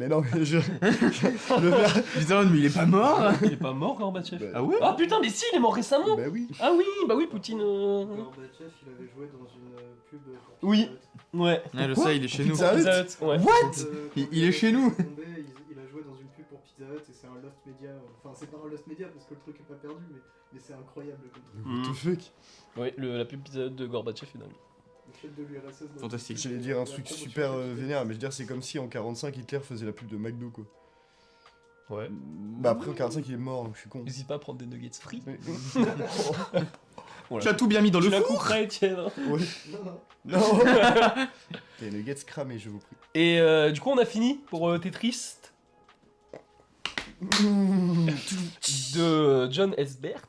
Mais non, mais je. le verre- Putain, mais il est pas mort Ah, <laughs> Il est pas mort, Gorbatchev Ah Bah, Ah ouais Ah putain, mais si, il est mort récemment bah oui. Ah oui, bah oui, Poutine. Mhm. euh, Gorbatchev, il avait joué dans une euh, pub. pour Oui. Pizza Hut. Ouais. Ah, je Quoi sais, il est chez nous. Pizza Hut Pizza Hut, ouais. Quand, euh, quand Ah, Il- le il est mec chez nous. est tombé, il, il a joué dans une pub pour Pizza Hut et c'est un Lost Media. euh, Enfin, c'est pas un Lost Media parce que le truc est pas perdu, mais, mais c'est incroyable comme truc. What the fuck Ouais, le- la pub Pizza Hut de Gorbatchev est dingue. Le chef de l'URSS. dans- Fantastique. J'allais dire un la truc promotion super de euh, Pizza Hut. vénère, mais je veux dire, c'est comme si en 45 Hitler faisait la pub de McDo quoi. Euh, Ouais. Bah après en 45 il est mort donc je suis con. N'hésite pas à prendre des nuggets free. Mais- Tu as tout bien mis dans Tu le la four couperais, tiens. <laughs> Ouais. <laughs> Non, non. <laughs> Non T'es le gets cramé, je vous prie. Et euh, du coup, on a fini pour euh, Tetris de euh, John S. Bert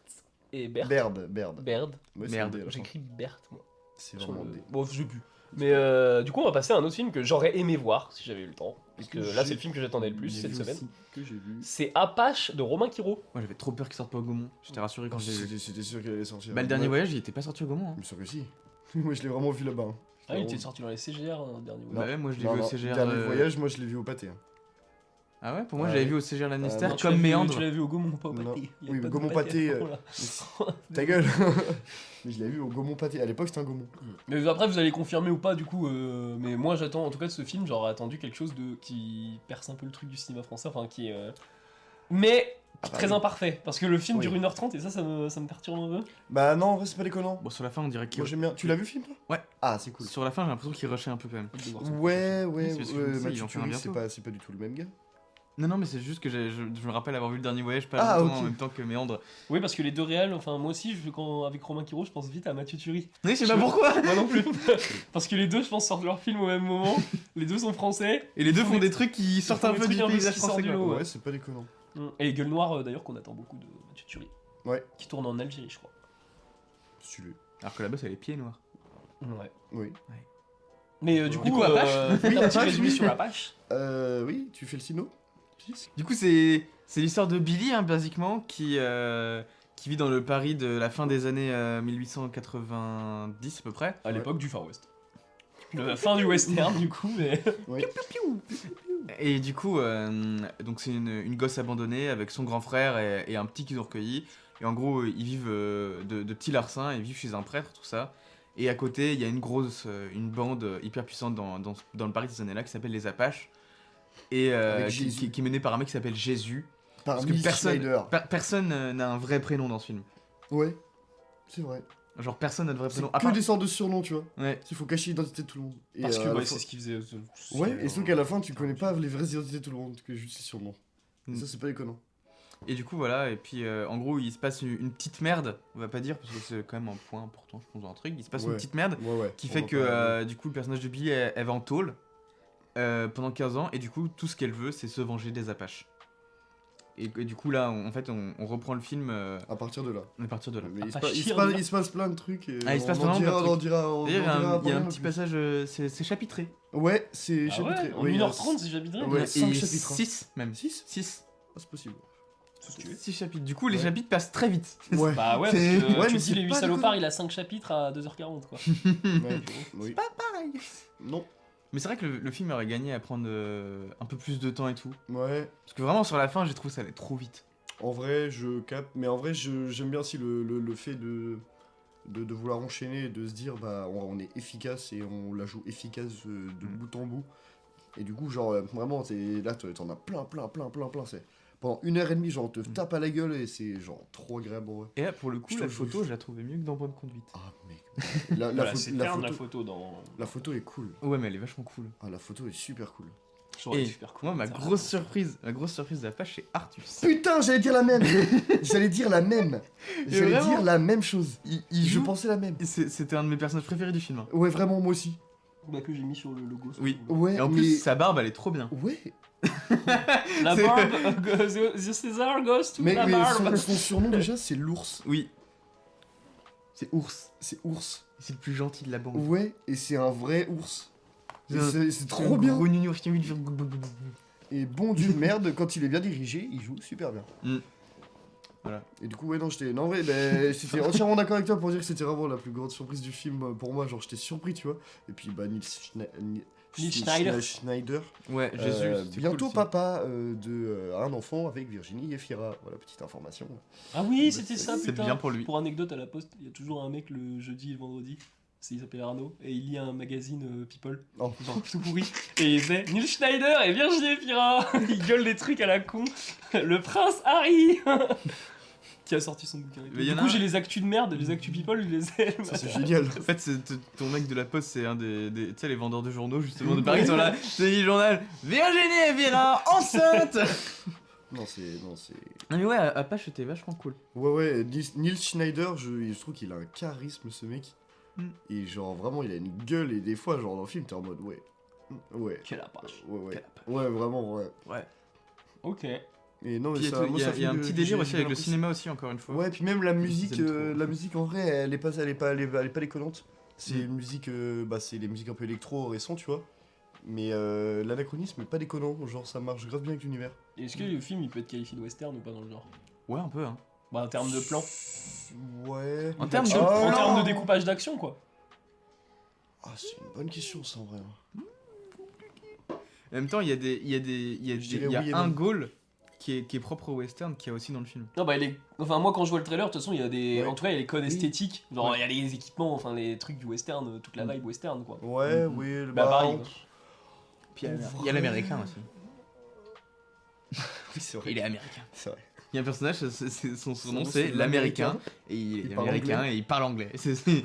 et Bert. Berbe, berbe. Baird. Ouais, c'est Merde. un dé à la fin. J'écris Bert, moi. C'est sur vraiment le- un dé. Bon, je sais plus. Mais euh, du coup, on va passer à un autre film que j'aurais aimé voir si j'avais eu le temps. Parce que là, c'est le film que j'attendais le plus J'ai cette vu semaine. aussi Que j'ai vu. C'est Apache de Romain Quiro. Moi, j'avais trop peur qu'il sorte pas au Gaumont. J'étais rassuré quand je l'ai vu. C'était c'était sûr qu'il allait sortir. Bah, le dernier Ouais. voyage, il était pas sorti au Gaumont. Il hein. me semble que si. <laughs> Moi je l'ai vraiment vu là-bas. hein. Ah, il était Vraiment. sorti dans les CGR hein, dernier Non. Bah mois. ouais, moi, je l'ai Non, vu au non, CGR. Dernier euh, voyage, moi je l'ai vu au pâté. hein. Ah ouais, pour moi, Ouais. je l'avais vu au CGR Lannister, Euh, non, Tu l'as comme vu- Méandre. Tu l'as vu au Gaumont, pas au Non. pâté. Il y a Oui, pas au de Gaumont pâté pâté, à euh, Romain. <laughs> Ta gueule <laughs> Mais je l'ai vu au Gaumont pâté. À l'époque c'était un Gaumont. Mais après, vous allez confirmer ou pas, du coup. euh, mais moi, j'attends, en tout cas, de ce film, j'aurais attendu quelque chose de qui perce un peu le truc du cinéma français, enfin, qui est. euh, Mais Ah bah très oui. imparfait, parce que le film Oui. dure 1h30 et ça, ça me, ça me perturbe un peu. Bah non, en vrai c'est pas déconnant. Bon, sur la fin, on dirait Moi qu'il. j'aime bien. Tu l'as vu le film toi Ouais. Ah c'est cool. Sur la fin, j'ai l'impression qu'il rushait un peu quand même. Ouais, ouais, Oui, c'est parce que ouais, je me dis, Mathieu il en fait un Turin, bientôt. c'est pas, c'est pas du tout le même gars. Non, non, mais c'est juste que j'ai- je, je me rappelle avoir vu le dernier voyage pas Ah, longtemps ok. en même temps que Méandre. Oui, parce que les deux réels, enfin, moi aussi, je, quand, avec Romain Quiro, je pense vite à Mathieu Turi. Mais je sais pas pourquoi <laughs> Moi non <laughs> plus. parce que les deux, je pense, sortent leur film au même moment. les deux sont français. Et les deux font Ils des trucs qui sortent font un des peu du trucs un peu paysage qui sortent français. du quoi. lot. Oh, ouais. ouais, c'est pas déconnant. Et les gueules noires, euh, d'ailleurs, qu'on attend beaucoup de Mathieu Turi. Ouais. Qui tourne en Algérie, je crois. Si tu le- Alors que là-bas, c'est les pieds noirs. Ouais. Oui. Mais euh, du coup, Du coup, Apache euh, faites un petit Apache, résumé oui. sur Apache. Euh, oui, tu fais le sino Du coup, c'est c'est l'histoire de Billy, hein, basiquement, qui, euh, qui vit dans le Paris de la fin des années euh, 1890 à peu près. À l'époque du Far West. <laughs> Le fin du western, du coup, mais. Et du coup, euh, donc c'est une, une gosse abandonnée avec son grand frère et, et un petit qu'ils ont recueilli. Et en gros, ils vivent euh, de, de petits larcins, ils vivent chez un prêtre, tout ça. Et à côté, il y a une grosse, euh, une bande hyper puissante dans, dans, ce- dans le Paris de ces années-là qui s'appelle les Apaches. Et euh, Avec qui, Jésus. qui- qui est menée par un mec qui s'appelle Jésus. Par Parce que Mick personne- Snyder. Per- personne euh, n'a un vrai prénom dans ce film. Ouais. C'est vrai. Genre personne n'a de vrai C'est prénom. À que part- des sortes de surnoms, tu vois. Ouais. Il faut cacher l'identité de tout le monde. Et Parce à que la ouais, fin- c'est ce qu'ils faisaient. hein. Ouais, et surtout qu'à la fin, tu connais pas les vraies identités de tout le monde, tu connais juste les surnoms. Et Mm. ça, c'est <laughs> pas déconnant. Et du coup, voilà, et puis euh, en gros, il se passe une, une petite merde, on va pas dire, parce que c'est quand même un point important, je pense, dans un truc. Il se passe Ouais. une petite merde Ouais, ouais. qui on fait en que parle. euh, du coup, le personnage de Billy, elle, elle va en tôle euh, pendant 15 ans, et du coup, tout ce qu'elle veut, c'est se venger des Apaches. Et, et du coup, là, on- en fait, on, on reprend le film euh, À partir de là. à partir de là. Mais il, se Ah, pa- il se Shirley. passe, il se passe plein de trucs. Et Ah, il se passe on en vraiment dira, plein de on en trucs. dira. on en D'ailleurs, il y a dira un, il y a pas un mal, petit mais- passage, euh, c'est c'est chapitré. Ouais, c'est Ah ouais, chapitré. en Ouais, il y a 1h30, si j'ai bien dit. Ouais, il y a Et cinq chapitres, hein. 6 même. Six 6 Ah, <laughs> c'est possible. chapitres. Du coup, les Ouais. chapitres passent très vite. Ouais. Bah ouais, parce C'est- que ouais, tu mais dis c'est les 8 pas salopards, déconnant. il a 5 chapitres à 2h40 quoi. Ouais, oui. Non. <laughs> Mais c'est vrai que le, le film aurait gagné à prendre euh, un peu plus de temps et tout. Ouais. Parce que vraiment, sur la fin, j'ai trouvé ça allait trop vite. En vrai, je capte. Mais en vrai, je- j'aime bien aussi le, le- le fait de, de, de vouloir enchaîner et de se dire, bah, on, on est efficace et on la joue efficace euh, de Mm. bout en bout. Et du coup, genre, euh, vraiment, t'es- là, t'en t'en as plein, plein, plein, plein, plein. c'est- Pendant une heure et demie, genre, on te Mm. tape à la gueule et c'est genre trop agréable. en vrai. Et là, pour le coup, Je la trouve- photo, je la trouvais mieux que dans Bonne Conduite. Ah, mec. La, la Voilà, pho- c'est la terne la photo, photo dans. la photo est cool. Ouais, mais elle est vachement cool. Ah, la photo est super cool. J'aurais Et été super cool. moi, ma Ça, grosse surprise, ma grosse surprise de la page, c'est Arthur. Putain, j'allais dire <laughs> la même. j'allais dire la même. J'allais vraiment dire la même chose. Il, Je joue. pensais la même. C'était un de mes personnages préférés du film. hein. Ouais, vraiment, moi aussi. Bah, que j'ai mis sur le logo. Oui. Ouais, Et en mais... plus, sa barbe, elle est trop bien. Ouais, <laughs> La C'est- barbe, euh, the, the César goes to mais, la mais son, barbe. son surnom déjà c'est l'ours. Oui. C'est ours. C'est ours. C'est le plus gentil de la bande. Ouais, et c'est un vrai ours. Et C'est- C'est c'est C'est un trop bien. gros nounours qui fait oui. Et <laughs> bon Dieu de merde, quand il est bien dirigé, il joue super bien. Mm. Voilà. Et du coup, ouais, non, j'étais. Non, ouais, ben, j'étais entièrement d'accord avec toi pour dire que c'était vraiment la plus grande surprise du film euh, pour moi. Genre, j'étais surpris, tu vois. Et puis, bah, Nils, Schne- Ni- Nils Schne- Schneider. Schneider. Ouais, Jésus. Euh, c'était bientôt cool, ça. papa euh, de euh, un enfant avec Virginie et Fira. Voilà, petite information. Ah oui, Bah, c'était ça, C'est putain. bien pour lui. Pour anecdote, à la poste, il y a toujours un mec le jeudi et le vendredi. c'est- Il s'appelle Arnaud et il lit un magazine euh, People, Oh. genre tout pourri. Et il faisait Neil Schneider et Virginie <laughs> Fira. il gueule des trucs à la con. Le prince Harry <laughs> qui a sorti son bouquin. et tout. Mais y du en a coup, un- j'ai les actus de merde, les actus People, je les ai. Ça, <laughs> c'est génial. En fait, Ah, c'est- t- ton mec de la poste, c'est un des, des- tu sais, les vendeurs de journaux, <laughs> justement, de Paris, ils sont là, c'est dit le journal, Virginie Evira, enceinte Non, c'est. Non, c'est. Non mais ouais, Apache, c'était vachement cool. Ouais, ouais, Nils, Nils Schneider, je, je trouve qu'il a un charisme, ce mec. Mm. Et genre, vraiment, il a une gueule. Et des fois, genre, dans le film, t'es en mode, ouais. Mm, Ouais. Quelle approche. Ouais, ouais. Ouais, vraiment, ouais. Ok. Et non, mais Puis il y a, ça, tout- moi, il y a- ça il fait y a un une- petit j'ai- délire j'ai aussi avec le l'impression- cinéma aussi, encore une fois. Ouais, puis même la musique, aiment euh, trop. la musique en vrai, elle est pas, elle est pas, elle est, elle est pas déconnante. C'est une musique, euh, bah, c'est les musiques un peu électro récent, tu vois. Mais euh, l'anachronisme est pas déconnant, genre ça marche grave bien avec l'univers. Est-ce que le film il peut être qualifié de western ou pas dans le genre Ouais, un peu, hein. Bah, en termes de plan. Ouais. En termes de D'action, plan. en termes de découpage d'action, quoi. Ah, c'est une bonne question, ça en vrai. hein. En même temps, il y a des, il y a des, il y a, Je des- dirais il y a oui et un non. goal qui est, qui est propre au western, qui est aussi dans le film. Non, bah, il est... Enfin, moi, quand je vois le trailer, de toute façon, il y a des... Ouais. En tout cas, il y a les codes Oui. esthétiques. Genre, Ouais. il y a les équipements, enfin, les trucs du western, euh, toute la Mm. vibe western, quoi. Ouais, Mhm. oui, le Bah, bar- pareil, quoi. Puis En il y vrai- a l'américain <laughs> aussi. Oui, c'est vrai. Il est américain. C'est vrai. Il y a un personnage, c'est- c'est- son Son surnom c'est l'américain, et il, Il est parle américain et il parle anglais. C'est- <laughs> c'est-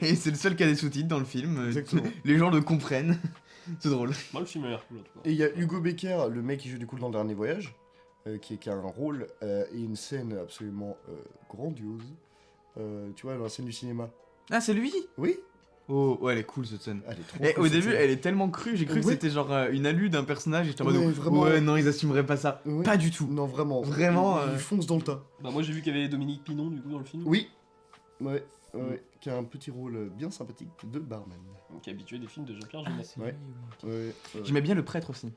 et c'est le seul qui a des sous-titres dans le film. euh, Exactement. Les gens le comprennent. <laughs> C'est drôle. Moi, le film a l'air cool, en tout cas. Et il y a Hugo Becker, le mec qui joue du coup dans le dernier voyage, euh, qui, qui a un rôle euh, et une scène absolument euh, grandiose. Euh, tu vois, dans la scène du cinéma. Ah, c'est lui Oui Oh, ouais, elle est cool cette scène. Elle est trop Eh, cool, au cette début, scène. elle est tellement crue, j'ai cru que Ouais. c'était genre euh, une alu d'un personnage et j'étais en mode Ouais, vraiment. ouais, non, ils assumeraient pas ça. Ouais. Pas du tout. Non, vraiment. Vraiment, Il, il euh. fonce dans le tas. Bah, moi, j'ai vu qu'il y avait Dominique Pinon, du coup, dans le film. Oui. Ouais, ouais, Qui a un petit rôle euh, bien sympathique de barman. Qui est habitué des films de Jean-Pierre Jeunet. Ouais. Ouais. ouais. J'aimais bien le prêtre aussi.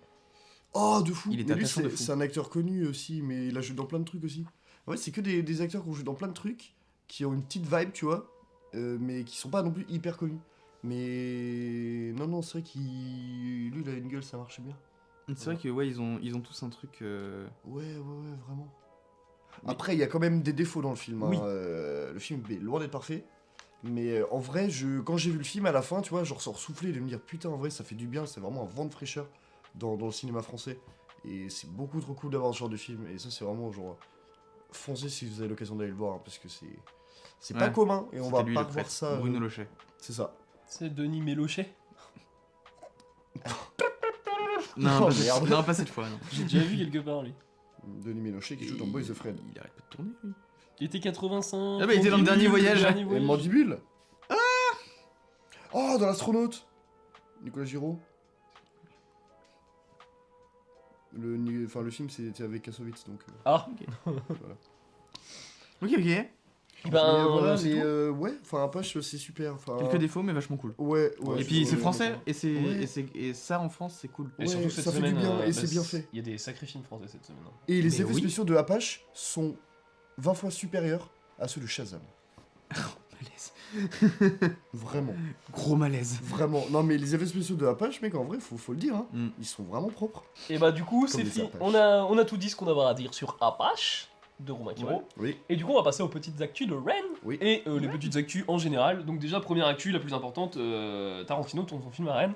Oh, de fou. Il est Mais lui, attachant de c'est- fou. C'est un acteur connu aussi, mais il a joué dans plein de trucs aussi. En fait, c'est que des, des acteurs qui ont joué dans plein de trucs, qui ont une petite vibe, tu vois, euh, mais qui sont pas non plus hyper connus. Mais non, non, c'est vrai qu'il. Lui, il a une gueule, ça marchait bien. C'est vrai que ouais, ils ont, ils ont tous un truc. euh, Ouais, ouais, ouais, vraiment. Après, il y a quand même des défauts dans le film. hein. Oui. Euh, le film est loin d'être parfait. Mais euh, en vrai, je, quand j'ai vu le film à la fin, tu vois, je ressors soufflé de me dire putain, en vrai, ça fait du bien, c'est vraiment un vent de fraîcheur dans, dans le cinéma français. Et c'est beaucoup trop cool d'avoir ce genre de film. Et ça, c'est vraiment genre. Foncez si vous avez l'occasion d'aller le voir, hein, parce que c'est. C'est pas Ouais. commun et on C'était va lui, pas le prêtre, revoir ça. euh, Bruno <laughs> Lochet. C'est ça. C'est Denis Mélocher Non, Oh, pas cette- merde. non, pas cette fois. <laughs> non. J'ai déjà vu quelque part, lui. Denis Ménochet qui joue dans Boys of Fred. Il arrête pas de tourner. lui. Il était 85. Ah bah, il était dans Mandibule, le dernier voyage. dernier Et Mandibule Ah Oh, dans l'astronaute Nicolas Giraud le, ni- enfin, le film c'était avec Kassovitz donc. euh, Ah. voilà. Ok, ok. mais, Ben, euh, voilà, c'est mais, tout. euh, ouais, enfin, Apache c'est super. enfin, Quelques défauts, mais vachement cool. Ouais, Ah. ouais. euh, et puis je- c'est français, et, c'est, Ouais. et, c'est, et ça en France, c'est cool. Et surtout Ouais, cette ça fait du semaine, bien, euh, et bah, c'est bien fait. Il y a des sacrés films français cette semaine. hein. Et les Mais effets oui. spéciaux de Apache sont 20 fois supérieurs à ceux de Shazam. Malaise. Vraiment, Gros malaise. vraiment. Non mais les effets spéciaux de Apache, mec, en vrai, faut, faut le dire, hein. Mm. ils sont vraiment propres. Et bah du coup, c'est les fini. Apaches. On a, on a tout dit ce qu'on avait à dire sur Apache de Romain Kiro. Ouais. Oui. Et du coup, on va passer aux petites actus de Ren Oui. et euh, les petites actus en général. Donc déjà, première actu, la plus importante, euh, Tarantino tourne son film à Rennes.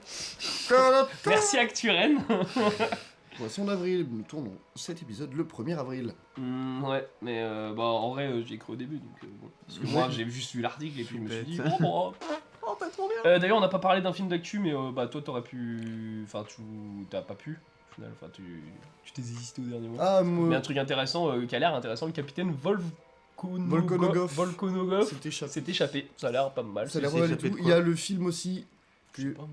Merci Actu Rennes. Poisson d'avril, nous tournons cet épisode le 1er avril. Hmm, ouais, mais euh, bah en vrai, euh, j'ai cru au début, donc euh, bon. Parce que Ouais. <laughs> moi, j'ai juste vu l'article et puis je me suis dit, Bête. oh, bon, oh. Euh, D'ailleurs, on n'a pas parlé d'un film d'actu, mais euh, bah toi, t'aurais pu. Enfin, tu. T'as pas pu, au final. Enfin, tu. Tu t'es hésité au dernier moment. Ah, Mais un moi, truc intéressant euh, qui a l'air intéressant, le capitaine Volkono- Volkonogov. Volkonogov c'était chassé. s'est échappé. Ça a l'air pas mal. Ça c'est- a l'air c'est pas mal et échappé tout. de Il quoi y a le film aussi. que- Je sais pas, moi.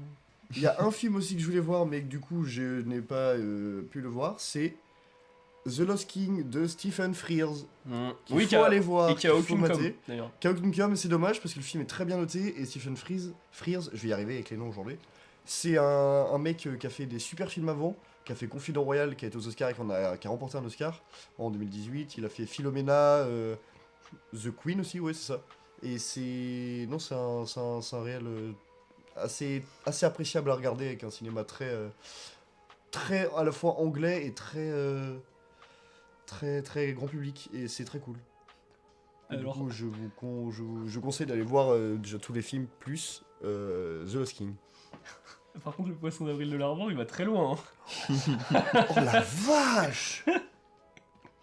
Il y a un film aussi que je voulais voir, mais que du coup je n'ai pas euh, pu le voir. C'est The Lost King de Stephen Frears. Hmm. qu'il Oui, Mmh. faut qui a, aller voir. et qui a qu'il faut aucune com mater. d'ailleurs. Qui a aucune com, c'est dommage parce que le film est très bien noté et Stephen Frears, Frears je vais y arriver avec les noms aujourd'hui. C'est un, un mec euh, qui a fait des super films avant, qui a fait Confident Royal, qui a été aux Oscars et qu'on a- qui a remporté un Oscar en 2018. Il a fait Philomena, euh, The Queen aussi, ouais, c'est ça. Et c'est. Non, c'est un, c'est un- c'est un réel euh, assez, assez appréciable à regarder avec un cinéma très. euh, très à la fois anglais et très. euh, très, très grand public. Et c'est très cool. Et Alors- Du coup, je vous, con- je vous- je vous conseille d'aller voir euh, déjà tous les films plus euh, The Lost King. Par contre, le poisson d'avril de l'Armand, il va très loin. hein. Oh la vache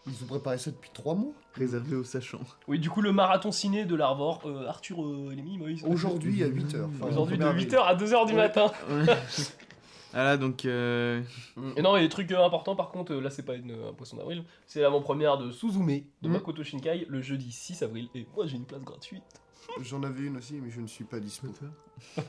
Ils ont préparé ça depuis 3 mois. Réservé aux sachants. Oui, du coup, le marathon ciné de l'Arvor, euh, Arthur euh, Elmi, Moïse. Aujourd'hui à 8h. Aujourd'hui, de 8h à 2h du Ouais. matin. <laughs> voilà, donc. euh, Et non, mais les trucs euh, importants, par contre, euh, là, c'est pas une, un poisson d'avril. C'est l'avant-première de Suzume de Mm. Makoto Shinkai le jeudi 6 avril. Et moi, j'ai une place gratuite. <laughs> J'en avais une aussi, mais je ne suis pas dispo.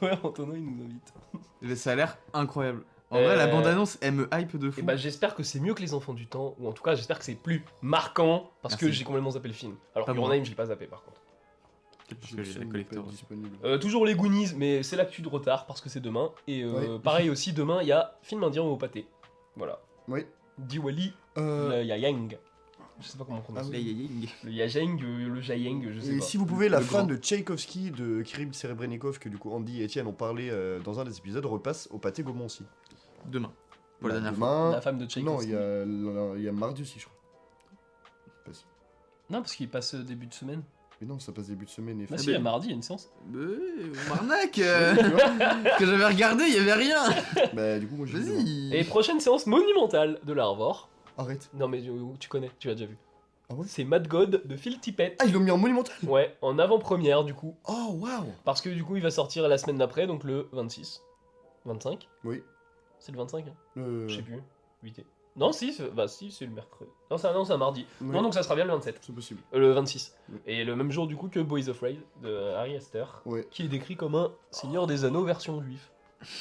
ouais, Antonin, il nous invite. mais ça a l'air incroyable. En Euh, vrai, la bande-annonce, elle me hype de fou. Et bah j'espère que c'est mieux que les enfants du temps, ou en tout cas j'espère que c'est plus marquant, parce que Merci. j'ai complètement zappé le film. Alors Pas que moi. Your Name, je l'ai pas zappé par contre. Peut-être parce Je que j'ai la suis collector. pas disponible. Euh, toujours les Goonies, mais c'est l'actu de retard, parce que c'est demain. Et euh, Oui. <laughs> pareil aussi, demain, il y a film indien au pâté. Voilà. Oui. Diwali, Euh, le Yayang. Je sais pas comment on Ah prononce. oui. Là, y a- y a- Le Yayang, euh, le Jayang, je sais Et pas. si vous pouvez, la Le grand. fan de Tchaïkovski de Kirill Serebrennikov, que du coup Andy et Etienne ont parlé euh, dans un des épisodes, repasse au pâté Gaumont aussi. Demain. Pour la Bah, dernière fois. demain- La femme de Non, Tchaïkovski. il y, a, la- il y a mardi aussi, je crois. Non, parce qu'il passe euh, début de semaine. Mais non, ça passe début de semaine et Bah fin. si, il y a mardi, il y a une séance. Euh, arnaque <laughs> euh, Que j'avais regardé, il y avait <laughs> rien bah, du coup, <laughs> moi j'ai. Vas-y Et prochaine séance monumentale de l'Arvor. Arrête. Non mais euh, tu connais, tu l'as déjà vu. Ah ouais c'est Mad God de Phil Tippett. Ah, ils l'ont mis en monumental Ouais, en avant-première du coup. Oh, waouh Parce que du coup, il va sortir la semaine d'après, donc le 26. 25 Oui. C'est le 25 hein Euh, Je sais plus. 8 Non, si, c'est- bah, si c'est le mercredi. Non, c'est un, non, c'est un mardi. oui, Non, donc ça sera bien le 27. C'est possible. Euh, le 26. Oui. Et le même jour, du coup, que Boys of Raid de Harry Astor, Ouais. qui est décrit comme un Seigneur des Anneaux version juif.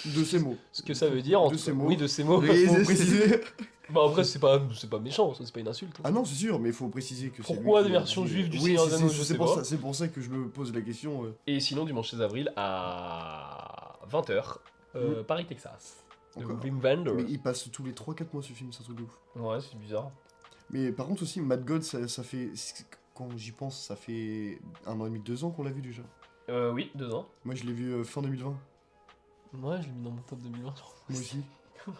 De ces mots. Ce que ça veut dire en De tout ses cas- mots. Oui, de ces <laughs> mots. Oui. Faut c'est- préciser. Bah, après, c'est pas, c'est pas méchant, ça, c'est pas une insulte. hein. Ah non, c'est sûr, mais il faut préciser que c'est. Pourquoi lui qui des a versions dit, euh, juives du oui, Seigneur c'est- des Anneaux, c'est- je C'est sais pour, pas. ça- c'est pour ça que je me pose la question. euh, Et sinon, dimanche 16 avril à 20h, Paris-Texas. De Encore. Wim Wenders. Mais il passe tous les 3-4 mois ce film, c'est un truc de ouf. Ouais, c'est bizarre. Mais par contre aussi, Mad God, ça, ça fait. Quand j'y pense, ça fait un an et demi, deux ans qu'on l'a vu déjà. Euh, oui, deux ans. Moi je l'ai vu euh, fin 2020. Moi Ouais, je l'ai mis dans mon top 2020. je crois. aussi.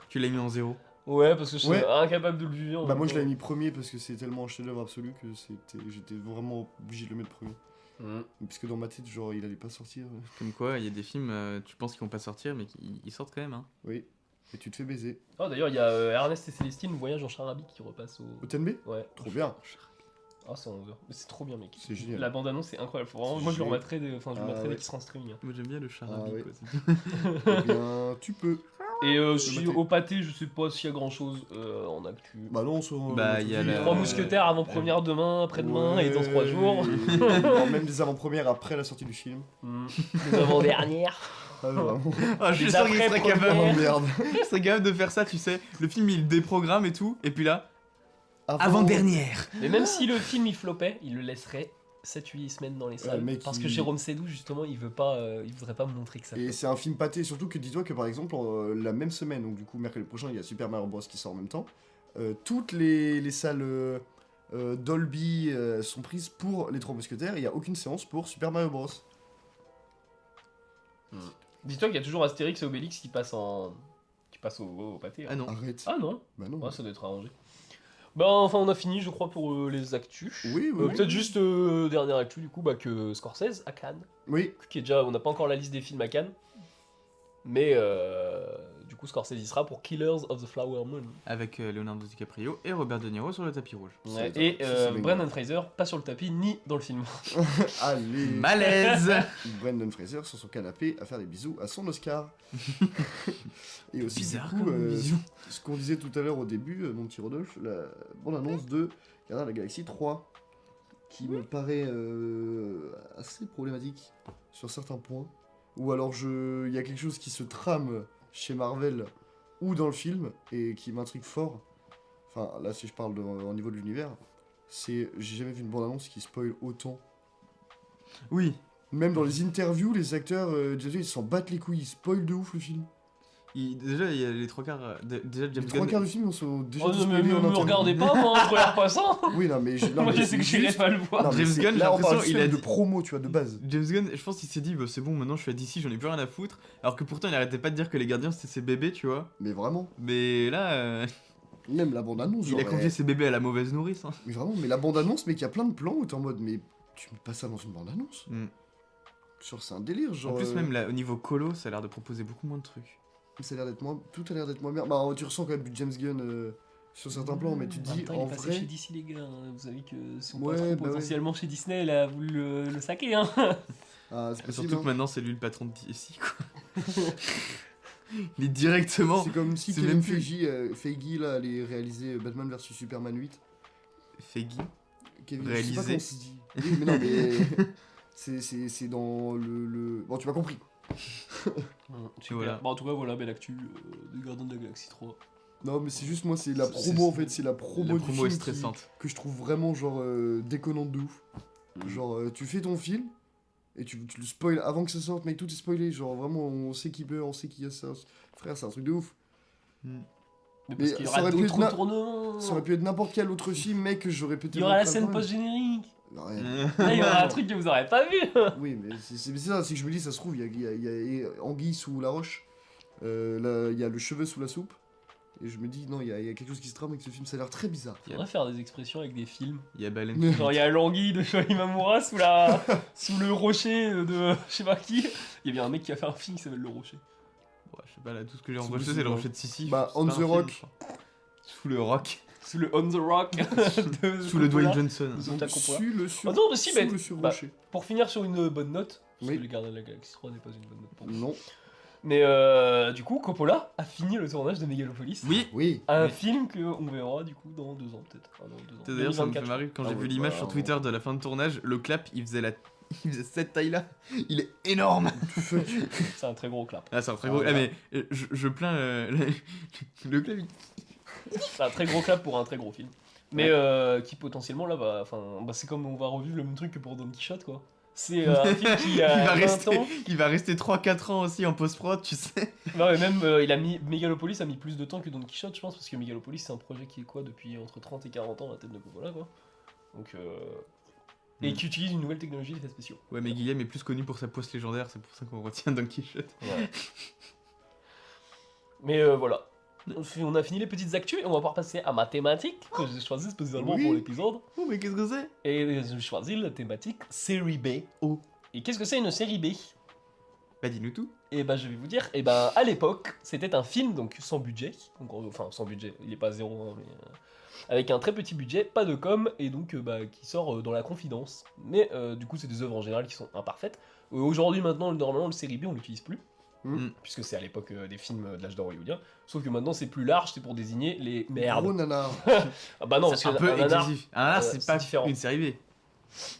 Tu l'as mis en zéro. Ouais, parce que je suis Ouais. incapable de le juger. en Bah même moi je temps. l'avais mis premier parce que c'est tellement un chef-d'œuvre absolu que c'était j'étais vraiment obligé de le mettre premier. Mm. Parce que dans ma tête genre il allait pas sortir. <laughs> Comme quoi, il y a des films, euh, tu penses qu'ils vont pas sortir, mais qu'ils ils sortent quand même. Hein. Oui. Et tu te fais baiser. Oh, d'ailleurs, il y a euh, Ernest et Célestine, Voyage en Charabie, qui repasse au. Au TNB Ouais. Trop bien. Ah, c'est 11h. Mais c'est trop bien, mec. C'est génial. La bande-annonce est incroyable. Faut vraiment- C'est Moi, je le génial. remettrai dès- enfin, je le Ah, mettrai dès ouais. qu'il sera en streaming. hein. Moi j'aime bien le Ah, charabie ouais. quoi. <laughs> c'est- Eh bien, tu peux. Et euh, Je si- le mettrai. au pâté, je sais pas s'il y a grand-chose euh, en actu. Bah non, sur. Bah, il y a la- Trois euh, mousquetaires avant-première demain, après-demain et dans trois <laughs> jours. même des avant-premières après la sortie du film. Mm. Nous avons dernière. Ah, vraiment. Ah, je suis Des sûr qu'il serait après-premières. Oh, <laughs> capable. merde. Il serait capable de faire ça, tu sais. Le film il déprogramme et tout, et puis là, avant-dernière. <laughs> Mais même si le film il flopait, il le laisserait 7-8 semaines dans les salles. le mec, parce il- que Jérôme Sédou, justement, il veut pas, euh, il voudrait pas montrer que ça. Et floppe. c'est un film pâté, surtout que dis-toi que par exemple, euh, la même semaine, donc du coup mercredi prochain, il y a Super Mario Bros qui sort en même temps. euh, toutes les, les salles euh, euh, Dolby euh, sont prises pour Les Trois Mousquetaires, et il n'y a aucune séance pour Super Mario Bros. Dis-toi qu'il y a toujours Astérix et Obélix qui passent en, qui passent au, au pâté. hein. Ah non. Arrête. Ah non, Bah non. Ouais, ça doit être arrangé. Bah enfin on a fini je crois pour euh, les actus. Oui, oui, Euh, oui. Peut-être juste euh, dernière actu du coup bah, que Scorsese à Cannes. Oui, Qui est déjà on n'a pas encore la liste des films à Cannes. Mais euh, du coup Scorsese y sera pour Killers of the Flower Moon. Avec euh, Leonardo DiCaprio et Robert De Niro sur le tapis <laughs> rouge. Ça, ça, Et ça, euh, c'est dingue. Brendan Fraser pas sur le tapis ni dans le film. allez. Malaise Brendan Fraser sur son canapé à faire des bisous à <laughs> son Oscar. et aussi, Bizarre du coup, comme euh, vision. ce qu'on disait tout à l'heure au début, euh, mon petit Rodolphe, la bande annonce de Gardien de la Galaxie 3, qui me paraît euh, assez problématique sur certains points. Ou alors je- il y a quelque chose qui se trame chez Marvel ou dans le film et qui m'intrigue fort. Enfin, là, si je parle de- au niveau de l'univers, c'est j'ai jamais vu une bande annonce qui spoil autant. Oui, Même dans les interviews, les acteurs, euh, déjà, ils s'en battent les couilles, ils spoilent de ouf le film. il- déjà il y a les trois quarts. euh, de- déjà Les James trois Gunn. quarts du film, ils sont déjà Oh, tous non, mais spoilés me, en me interview. regardez pas moi je regarde pas ça. Oui, non, mais <laughs> je, <laughs> non, moi mais je sais c'est que j'irai juste- pas le voir. Non, mais James c'est- Gunn, j'ai là, on parle l'impression, il il a a de dit- promo, tu vois, de base. James Gunn, je pense qu'il s'est dit, bah, c'est bon, maintenant je suis à DC, j'en ai plus rien à foutre. Alors que pourtant, il arrêtait pas de dire que les gardiens c'était ses bébés, tu vois. Mais vraiment, Mais Mais là, euh, <laughs> même la bande-annonce. il a genre, confié elle- ses bébés à la mauvaise nourrice. hein. Mais vraiment, mais la bande-annonce, mais qu'il y a plein de plans où t'es en mode, mais tu mets pas ça dans une bande-annonce Mm. Genre, c'est un délire, genre. en plus, euh, même là, au niveau colo, ça a l'air de proposer beaucoup moins de trucs. Ça a l'air d'être moins. Tout a l'air d'être moins bien. Bah, tu ressens quand même du James Gunn euh, sur certains plans, mais tu te En dis, même temps, il en est passé vrai. chez DC les gars, hein. vous savez que son Ouais, patron bah ouais. potentiellement chez Disney il a voulu le, le saquer hein. Ah, c'est possible, Surtout que hein. maintenant, c'est lui le patron de DC, quoi. <laughs> il est directement. C'est comme si c'est Kevin même plus- Feige, euh, Feige, là, allait réaliser euh, Batman vs Superman 8. Feggy. Kevin, Réalisé. Je sais pas comment ça se dit. Oui, mais <laughs> non, mais. c'est- C'est c'est dans le, le. Bon, tu m'as compris. Mm, Super. voilà. Bon, en tout cas voilà belle actu euh, de Garden de la Galaxie 3. Non, mais c'est juste moi, c'est la C'est- promo en c'est- fait, c'est la La promo du promo est film qui- stressante. que je trouve vraiment genre euh, déconnante de ouf. Mm. Genre, euh, tu fais ton film et tu, tu le spoil avant que ça sorte, mec, tout est spoilé. Genre, vraiment, on sait qui meurt, on sait qui y a ça. Frère, c'est un truc de ouf. Mais parce Mais qu'il y ça aura aurait pu d'autres être na- retournements. Ça aurait pu être n'importe quel autre film, mec, que j'aurais peut-être. Il y aura la pas scène <laughs> vu. post-générique. Mm. Ouais. Là, il y aura un truc que vous aurez pas vu. Oui, mais c'est c'est- mais c'est ça, c'est que je me dis, ça se trouve, il y a, il y a- il y a- il y a Anguille sous la roche, euh, là, il y a le cheveu sous la soupe, et je me dis, non, il y, a- il y a quelque chose qui se trame avec ce film, ça a l'air très bizarre. Faudrait faire des expressions avec des films. Il y a Baleine. Mais- Genre, il y a l'anguille de Shoei Mamura sous, la... sous le rocher de je sais pas qui. Il y a bien un mec qui a fait un film qui s'appelle Le Rocher. Ouais, je sais pas, là, tout ce que j'ai Sous enregistré, le c'est le film, rocher de Sissi. Bah, C'est On pas un the film, Rock. je crois. Sous le rock. Sous le On the Rock. <laughs> de Sous le Dwayne Coppola. De Johnson. Donc, Sofia Coppola. Su le sur Ah non, mais si, sous mais- le sur bah, rocher. Pour finir sur une bonne note, parce Oui. que le Gardien de la Galaxie 3 n'est pas une bonne note pour moi. Mm. Non, Mais euh, du coup, Coppola a fini le tournage de Megalopolis. Oui. oui. Un Mm. Oui. film qu'on verra du coup dans deux ans peut-être. Ah non, deux ans. D'ailleurs, ça me fait 2024, marrer quand Ah j'ai ouais, vu l'image bah, sur on- Twitter de la fin de tournage. Le clap, il faisait la, <laughs> il faisait cette taille-là. Il est énorme. C'est un très gros clap. Ah, c'est un très gros. Ah, Ah, mais euh, je, je plains euh, le- le clap. il- C'est un très gros clap pour un très gros film. Mais euh, qui potentiellement là, bah, enfin, bah, c'est comme on va revivre le même truc que pour Don Quichotte quoi. C'est <laughs> euh, un film qui il, a va 20 rester, ans. il va rester 3-4 ans aussi en post-prod, tu sais. Non mais même euh, il a mis Megalopolis a mis plus de temps que Don Quichotte je pense parce que Megalopolis c'est un projet qui est quoi depuis entre 30 et 40 ans à la tête de Coppola quoi. Donc euh, et Hmm. qui utilise une nouvelle technologie d'effets spéciaux. Ouais, mais Guillaume est plus connu pour sa poisse légendaire, c'est pour ça qu'on retient Don Quichotte. Mais euh, voilà. Mm. On fi- On a fini les petites actus et on va pouvoir passer à ma thématique que j'ai choisie spécialement Oui. pour l'épisode. Oh, mais qu'est-ce que c'est Et euh, j'ai choisi la thématique série B. Et qu'est-ce que c'est une série B Bah, dis-nous tout. Et ben je vais vous dire, et ben à l'époque, c'était un film donc sans budget, en gros, enfin sans budget, il est pas zéro, hein, mais euh, avec un très petit budget, pas de com, et donc euh, bah, qui sort euh, dans la confidence. Mais euh, du coup, c'est des œuvres en général qui sont imparfaites. Euh, Aujourd'hui, maintenant, normalement, le série B, on l'utilise plus, Mm. puisque c'est à l'époque euh, des films euh, de l'âge d'or hollywoodien. Sauf que maintenant, c'est plus large, c'est pour désigner les merdes. Gros nanar. Ah bah non, parce c'est un que peu un nanar- exclusif. Un nanar, euh, c'est c'est pas différent. une série B.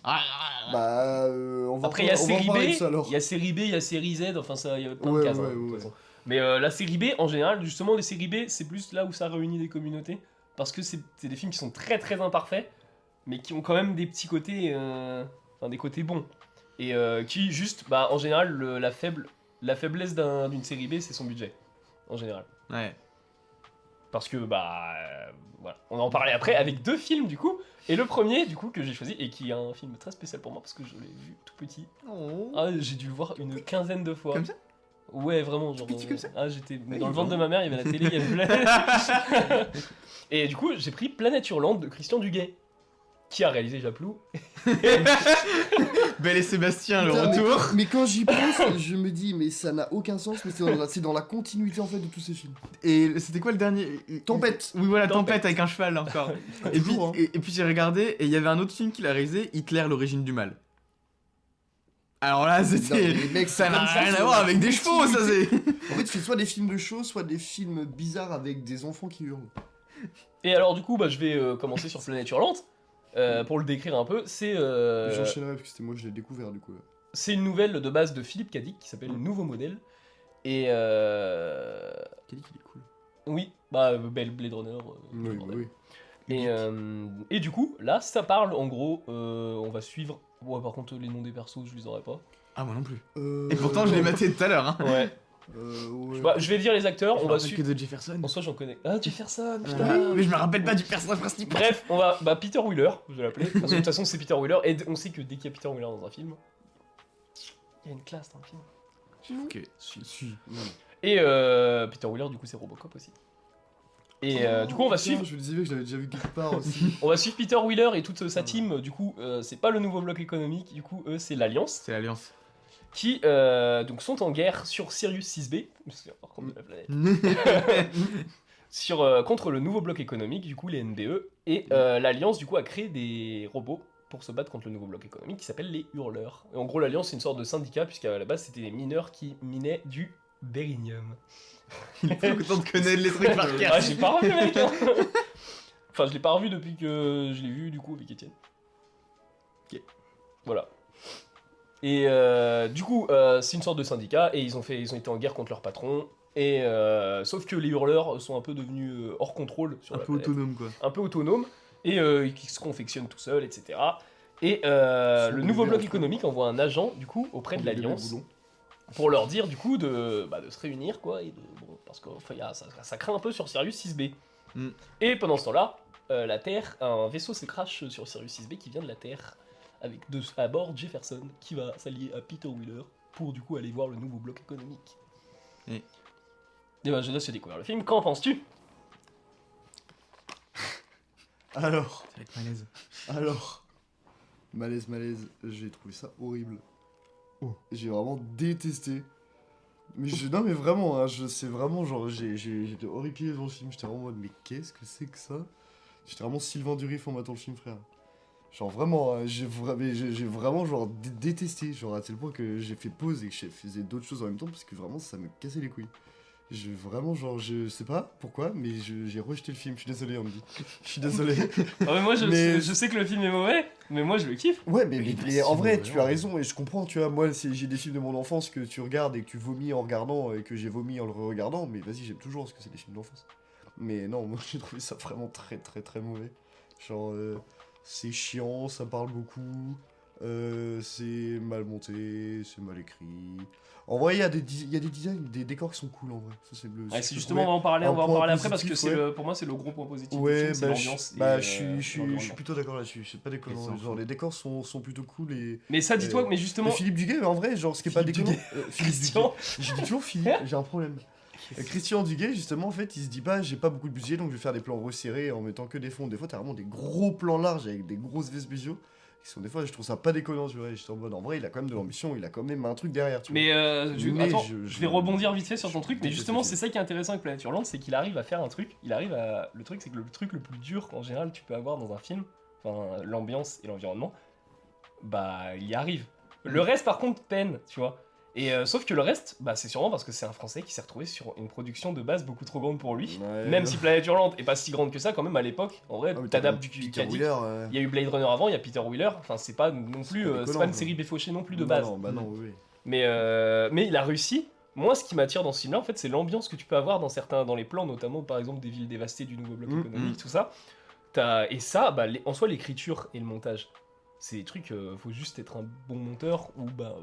Ah, ah, ah. Bah, euh, on va Après, il y a on va en série B, parler de ça, alors. il y a série B, il y a série Z, enfin ça, il y a plein Ouais, de cases. hein, ouais, de toute ouais. façon. Mais euh, la série B, en général, justement, les séries B, c'est plus là où ça réunit des communautés. Parce que c'est c'est des films qui sont très très imparfaits, mais qui ont quand même des petits côtés, euh, enfin des côtés bons. Et euh, qui, juste, bah, en général, le- la, faible, la faiblesse d'un- d'une série B, c'est son budget. En général. Ouais. Parce que, bah. euh, voilà. On va en parler après avec deux films, du coup. Et le premier, du coup, que j'ai choisi, et qui est un film très spécial pour moi, parce que je l'ai vu tout petit. Ah, j'ai dû le voir une quinzaine de fois. Comme ça Ouais, vraiment. Genre, petit comme ça Ah, j'étais Ouais, dans le ventre vraiment. de ma mère, il y avait la télé, il y avait <laughs> Planète. <laughs> Et du coup, j'ai pris Planète Hurlante de Christian Duguay, qui a réalisé Japlou. Belle et Sébastien, le Putain, mais- retour. Mais quand j'y pense, je me dis, mais ça n'a aucun sens, mais c'est dans, la- c'est dans la continuité en fait de tous ces films. Et c'était quoi le dernier Tempête Oui, voilà, tempête. Tempête avec un cheval là, <laughs> encore. et, puis, Toujours, hein. et, et puis j'ai regardé et il y avait un autre film qu'il a réalisé, Hitler, l'origine du mal. Alors Ah, là, c'était. Non, mais <laughs> mec, Ça c'est n'a comme rien c'est- à voir avec des chevaux, ça c'est. <laughs> En fait, c'est soit des films de show, soit des films bizarres avec des enfants qui hurlent. Et alors, du coup, bah, je vais euh, commencer sur Planète Hurlante. euh, pour le décrire un peu, c'est euh, J'enchaînerai parce que c'était moi, je l'ai découvert du coup. là. c'est une nouvelle de base de Philippe Cadic qui s'appelle Nouveau Modèle. Et euh, oui, bah, euh, Belle Blade Runner. euh, Oui, Blade bah Runner. oui. Et, euh, et du coup, là, ça parle en gros. euh, on va suivre. Ouais, par contre, les noms des persos, je les aurais pas. Ah, moi non plus. Euh, Et pourtant, je l'ai maté tout à l'heure. <laughs> Hein. Ouais. euh, ouais. Je, bah, je vais dire les acteurs, on va suivre suivre. que de Jefferson. En soi, j'en connais. Ah, Jefferson, Ah, putain. mais je me rappelle pas du personnage principal. Bref, on va. Bah, Peter Wheeler, je vais l'appeler. Parce que de toute façon, c'est Peter Wheeler. Et d- on sait que dès qu'il y a Peter Wheeler dans un film, il y a une classe dans le film. Ok. Et euh, Peter Wheeler, du coup, c'est Robocop aussi. Et euh, du coup, on va Putain, suivre. Je me disais bien que je l'avais déjà vu quelque <laughs> part aussi. On va suivre Peter Wheeler et toute sa team. Du coup, euh, c'est pas le nouveau bloc économique. Du coup, eux, c'est l'Alliance. C'est <laughs> l'Alliance. qui euh, donc sont en guerre sur Sirius 6B, c'est hors de la planète, sur, euh, contre le nouveau bloc économique, du coup les NBE, et euh, l'Alliance du coup a créé des robots pour se battre contre le nouveau bloc économique qui s'appelle les Hurleurs. Et en gros l'Alliance c'est une sorte de syndicat puisqu'à la base c'était des mineurs qui minaient du bérinium. Il est pas content de connaître les trucs par Ah, cœur. j'ai pas revu le mec hein. <laughs> Enfin je l'ai pas revu depuis que je l'ai vu du coup avec Étienne. Ok. Voilà. Et euh, du coup, euh, c'est une sorte de syndicat et ils ont, fait, ils ont été en guerre contre leur patron. Et euh, sauf que les hurleurs sont un peu devenus euh, hors contrôle sur Un la peu planète. autonome quoi. un peu autonomes et euh, qui se confectionnent tout seuls, etc. Et euh, Ils sont le nouveau bébés, bloc en fait. économique envoie un agent du coup auprès de Prendre des l'alliance bébés boulons. pour leur dire du coup de, bah, de se réunir quoi et de, bon, parce que enfin, y a- ça, ça craint un peu sur Sirius 6B. Mm. Et pendant ce temps-là, euh, la Terre, un vaisseau se crash sur Sirius 6B qui vient de la Terre avec de, à bord Jefferson qui va s'allier à Peter Wheeler pour du coup aller voir le nouveau bloc économique. Mm. Et- Et ben je laisse découvrir le film. Qu'en <laughs> penses-tu Alors, Ça va être malaise. alors. Malaise, malaise, j'ai trouvé ça horrible. J'ai vraiment détesté. Mais je, non, mais vraiment, hein, je sais vraiment, genre, j'ai- j'ai- j'étais horrifié devant le film. J'étais vraiment en mode, mais qu'est-ce que c'est que ça J'étais vraiment Sylvain Durif en m'attendant le film, frère. Genre, vraiment, hein, j'ai vra- mais j'ai j'ai vraiment, genre, dé- détesté. Genre, à tel point que j'ai fait pause et que je faisais d'autres choses en même temps, parce que vraiment, ça me cassait les couilles. J'ai vraiment, genre, je sais pas pourquoi, mais je- j'ai rejeté le film. Je suis désolé, Andy. Je suis désolé. Ah ouais, moi, je, Mais- je sais que le film est mauvais, mais moi, je le kiffe. Ouais, mais, mais- pas mais si en vrai, mauvais, tu hein. as raison, et je comprends, tu vois, moi, c'est- j'ai des films de mon enfance que tu regardes et que tu vomis en regardant, et que j'ai vomi en le regardant, mais vas-y, j'aime toujours, parce que c'est des films d'enfance. Mais non, <laughs> moi, j'ai trouvé ça vraiment très, très, très mauvais. Genre, euh, c'est chiant, ça parle beaucoup, euh, c'est mal monté, c'est mal écrit. En vrai, il y, a des dis- il y a des designs, des décors qui sont cool, en vrai. Ça, c'est le- Ah, ce c'est que je justement, on trouvais. va en parler, un on va en point parler après parce que positif, c'est ouais. le, pour moi, c'est le gros point positif. du Ouais, film, c'est bah, l'ambiance je, et, bah, euh, je suis- je suis je suis l'environnement. plutôt d'accord là-dessus. Je suis pas déconnant. enfants. Genre, les décors sont, sont plutôt cool et. Mais ça, Euh, dis-toi, mais justement, Mais Philippe Duguay, en vrai, genre, ce qui est pas Philippe déconnant. euh, Philippe Christian, Duguay. Je dis toujours Philippe, j'ai un problème. Euh, Christian Duguay, justement, en fait, il se dit pas, j'ai pas beaucoup de budget, donc je vais faire des plans resserrés en mettant que des fonds. Des fois, t'as vraiment des gros plans larges avec des grosses effets spéciaux. sont des fois, je trouve ça pas déconnant, tu vois. et J'étais en mode, en vrai, il a quand même de l'ambition, il a quand même un truc derrière, tu <laughs> vois. Mais, euh, je, Mais attends, je- je, je- vais rebondir vite fait sur ton je truc, pense mais que justement, c'est- c'est ça qui est intéressant avec Planète Hurlante, c'est qu'il arrive à faire un truc, il arrive à... Le truc, c'est que le truc le plus dur qu'en général tu peux avoir dans un film, enfin, l'ambiance et l'environnement, bah, il y arrive. Mm. Le reste, par contre, peine, tu vois. Et euh, sauf que le reste, bah, c'est sûrement parce que c'est un Français qui s'est retrouvé sur une production de base beaucoup trop grande pour lui. Ouais. Même si Planète Hurlante est pas si grande que ça, quand même, à l'époque, en vrai, Ah, mais t'adaptes du Peter Kikadi. Wheeler, euh, Il y a eu Blade Runner avant, il y a Peter Wheeler, enfin, c'est pas non plus... pas euh, C'est décollant, pas une quoi. série défauchée non plus de non, base. Non, bah non, oui. oui. Mais, euh, mais il a réussi. Moi, ce qui m'attire dans ce film-là, en fait, c'est l'ambiance que tu peux avoir dans certains, dans les plans, notamment par exemple des villes dévastées du nouveau bloc Mm, économique, tout ça. T'as- et ça, bah, les- en soi, l'écriture et le montage, c'est des trucs. euh, faut juste être un bon monteur ou bah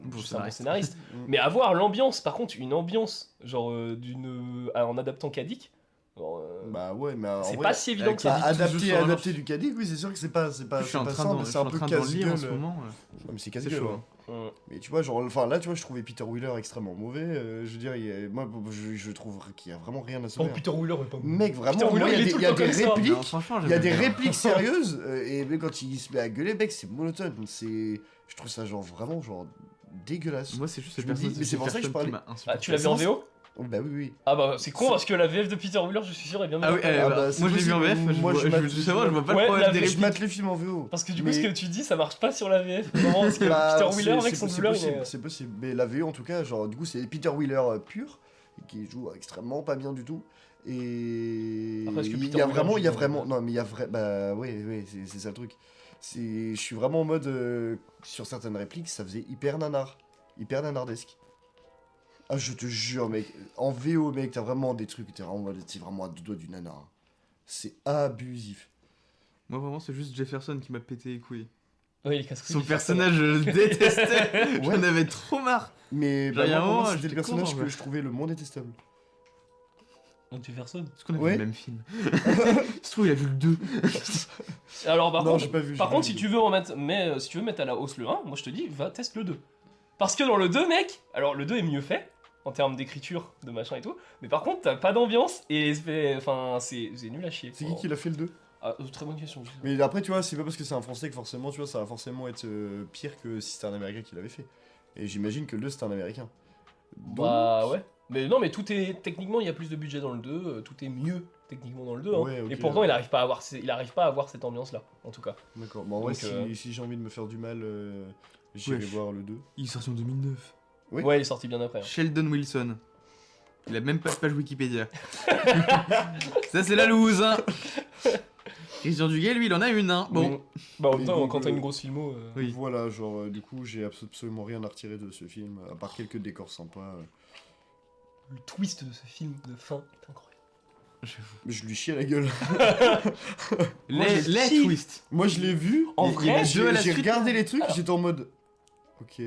Bon juste un bon scénariste. scénariste. Mm. mais avoir l'ambiance, par contre, une ambiance genre euh, d'une, ah, en adaptant Kadik, genre, euh, Bah ouais, mais en c'est vrai, pas si évident avec que bah, ça. Kadik, tout se adapter, relance. adapter du Kadik, oui, c'est sûr que c'est pas, c'est pas, je suis c'est en pas train, simple, de, mais je c'est suis un en peu train d'en lire en ce casse-gueule. moment. euh. Ouais, mais c'est C'est casse-gueule. chaud. ouais. hein. Mm. Mais tu vois, genre, enfin là, tu vois, je trouvais Peter Wheeler extrêmement mauvais. euh, je veux dire, il y a- moi, je, je trouve qu'il y a vraiment rien à se Oh, faire. Peter Wheeler est pas bon. Mec, vraiment, Peter moi, Wheeler, il y il a est des, tout le il y a temps des comme ça. répliques, Non, hein. franchement, il y a j'aime des bien. <laughs> répliques sérieuses. euh, et mais quand il se met à gueuler, mec, c'est monotone. C'est, je trouve ça genre vraiment genre dégueulasse. Moi, c'est juste Je le me dis, personnage mais de c'est pour ça que je Jefferson parlais. qui m'a Ah, insupporté. tu l'as vu en VO Oh, bah oui, oui. Ah bah c'est con C'est- parce que la VF de Peter Wheeler, je suis sûr, est bien Ah oui, meilleure. eh, Ah bah, bah, c'est moi je l'ai vu en VF, possible. je Moi, vois- je je mate- veux je juste savoir, je vois Ouais, pas le la problème des Je répliques. mate les films en VO. Parce que du coup, Mais- ce que tu dis, ça marche pas sur la VF. vraiment, parce que Bah, Peter c'est- Wheeler avec c'est- son c'est douleur, il possible, est- c'est possible. Mais la VO en tout cas, genre du coup c'est Peter Wheeler euh, pur qui joue extrêmement pas bien du tout. Et Après, est-ce que il Peter y a Wheeler vraiment, joue il y a bien vraiment, non mais il y a vrai, bah ouais, ouais, c'est c'est ça le truc. C'est, je suis vraiment en mode euh, sur certaines répliques, ça faisait hyper nanar, hyper nanardesque. Ah je te jure mec, en VO mec, t'as vraiment des trucs, t'es vraiment, t'es vraiment à deux doigts du nanar. hein. C'est abusif. Moi, vraiment, c'est juste Jefferson qui m'a pété les couilles. euh, Ouais, il casse Son personnage, euh, je <laughs> le détestais. J'en avais trop marre. Mais Genre, bah, il y a un moi, pour moi, moment, c'était le j'étais personnage content, que ouais. je trouvais le moins détestable. Jefferson. Est-ce qu'on a Ouais. vu le même film <laughs> Je trouve, il a vu le 2. Alors par non, contre, j'ai pas vu. par j'ai pas contre, vu. si tu veux remettre, mais euh, si tu veux mettre à la hausse le 1, moi je te dis, va teste le 2. Parce que dans le 2, mec, alors le 2 est mieux fait en termes d'écriture, de machin et tout, mais par contre, t'as pas d'ambiance et c'est- enfin c'est c'est nul à chier. C'est qui qui l'a fait le 2 Ah, euh, Très bonne question. je sais pas. Mais après, tu vois, c'est pas parce que c'est un français que forcément, tu vois, ça va forcément être euh, pire que si c'était un américain qui l'avait fait. Et j'imagine que le 2 c'était un américain. Donc, Bah ouais. Mais non, mais tout est techniquement, il y a plus de budget dans le 2, euh, tout est mieux techniquement dans le 2. hein. Ouais, ok, et pourtant, ouais. il arrive pas à avoir, ces- il arrive pas à avoir cette ambiance là, en tout cas. D'accord. Bon, en vrai, Donc, si, euh, si j'ai envie de me faire du mal, euh, j'irai Wesh. voir le 2. Il est sorti en 2009. Oui. Ouais, il est sorti bien après. hein. Sheldon Wilson. Il a même pas de page <laughs> Wikipédia. Ça, c'est la loose, hein. Christian Duguay, lui, il en a une, hein. Bon. Mais- Bah en même Mais temps, donc, quand t'as euh, une grosse filmo. euh, Oui. Voilà, genre, euh, du coup, j'ai abso- absolument rien à retirer de ce film, à part quelques décors sympas. euh. Le twist de ce film de fin est incroyable. Mais je lui chie à la gueule. <laughs> Moi, Les, je les kiffe. <laughs> twists. Moi, je l'ai vu. En et- et vrai, j'ai deux à la j'ai suite. hein. regardé les trucs, j'étais en mode. Ok.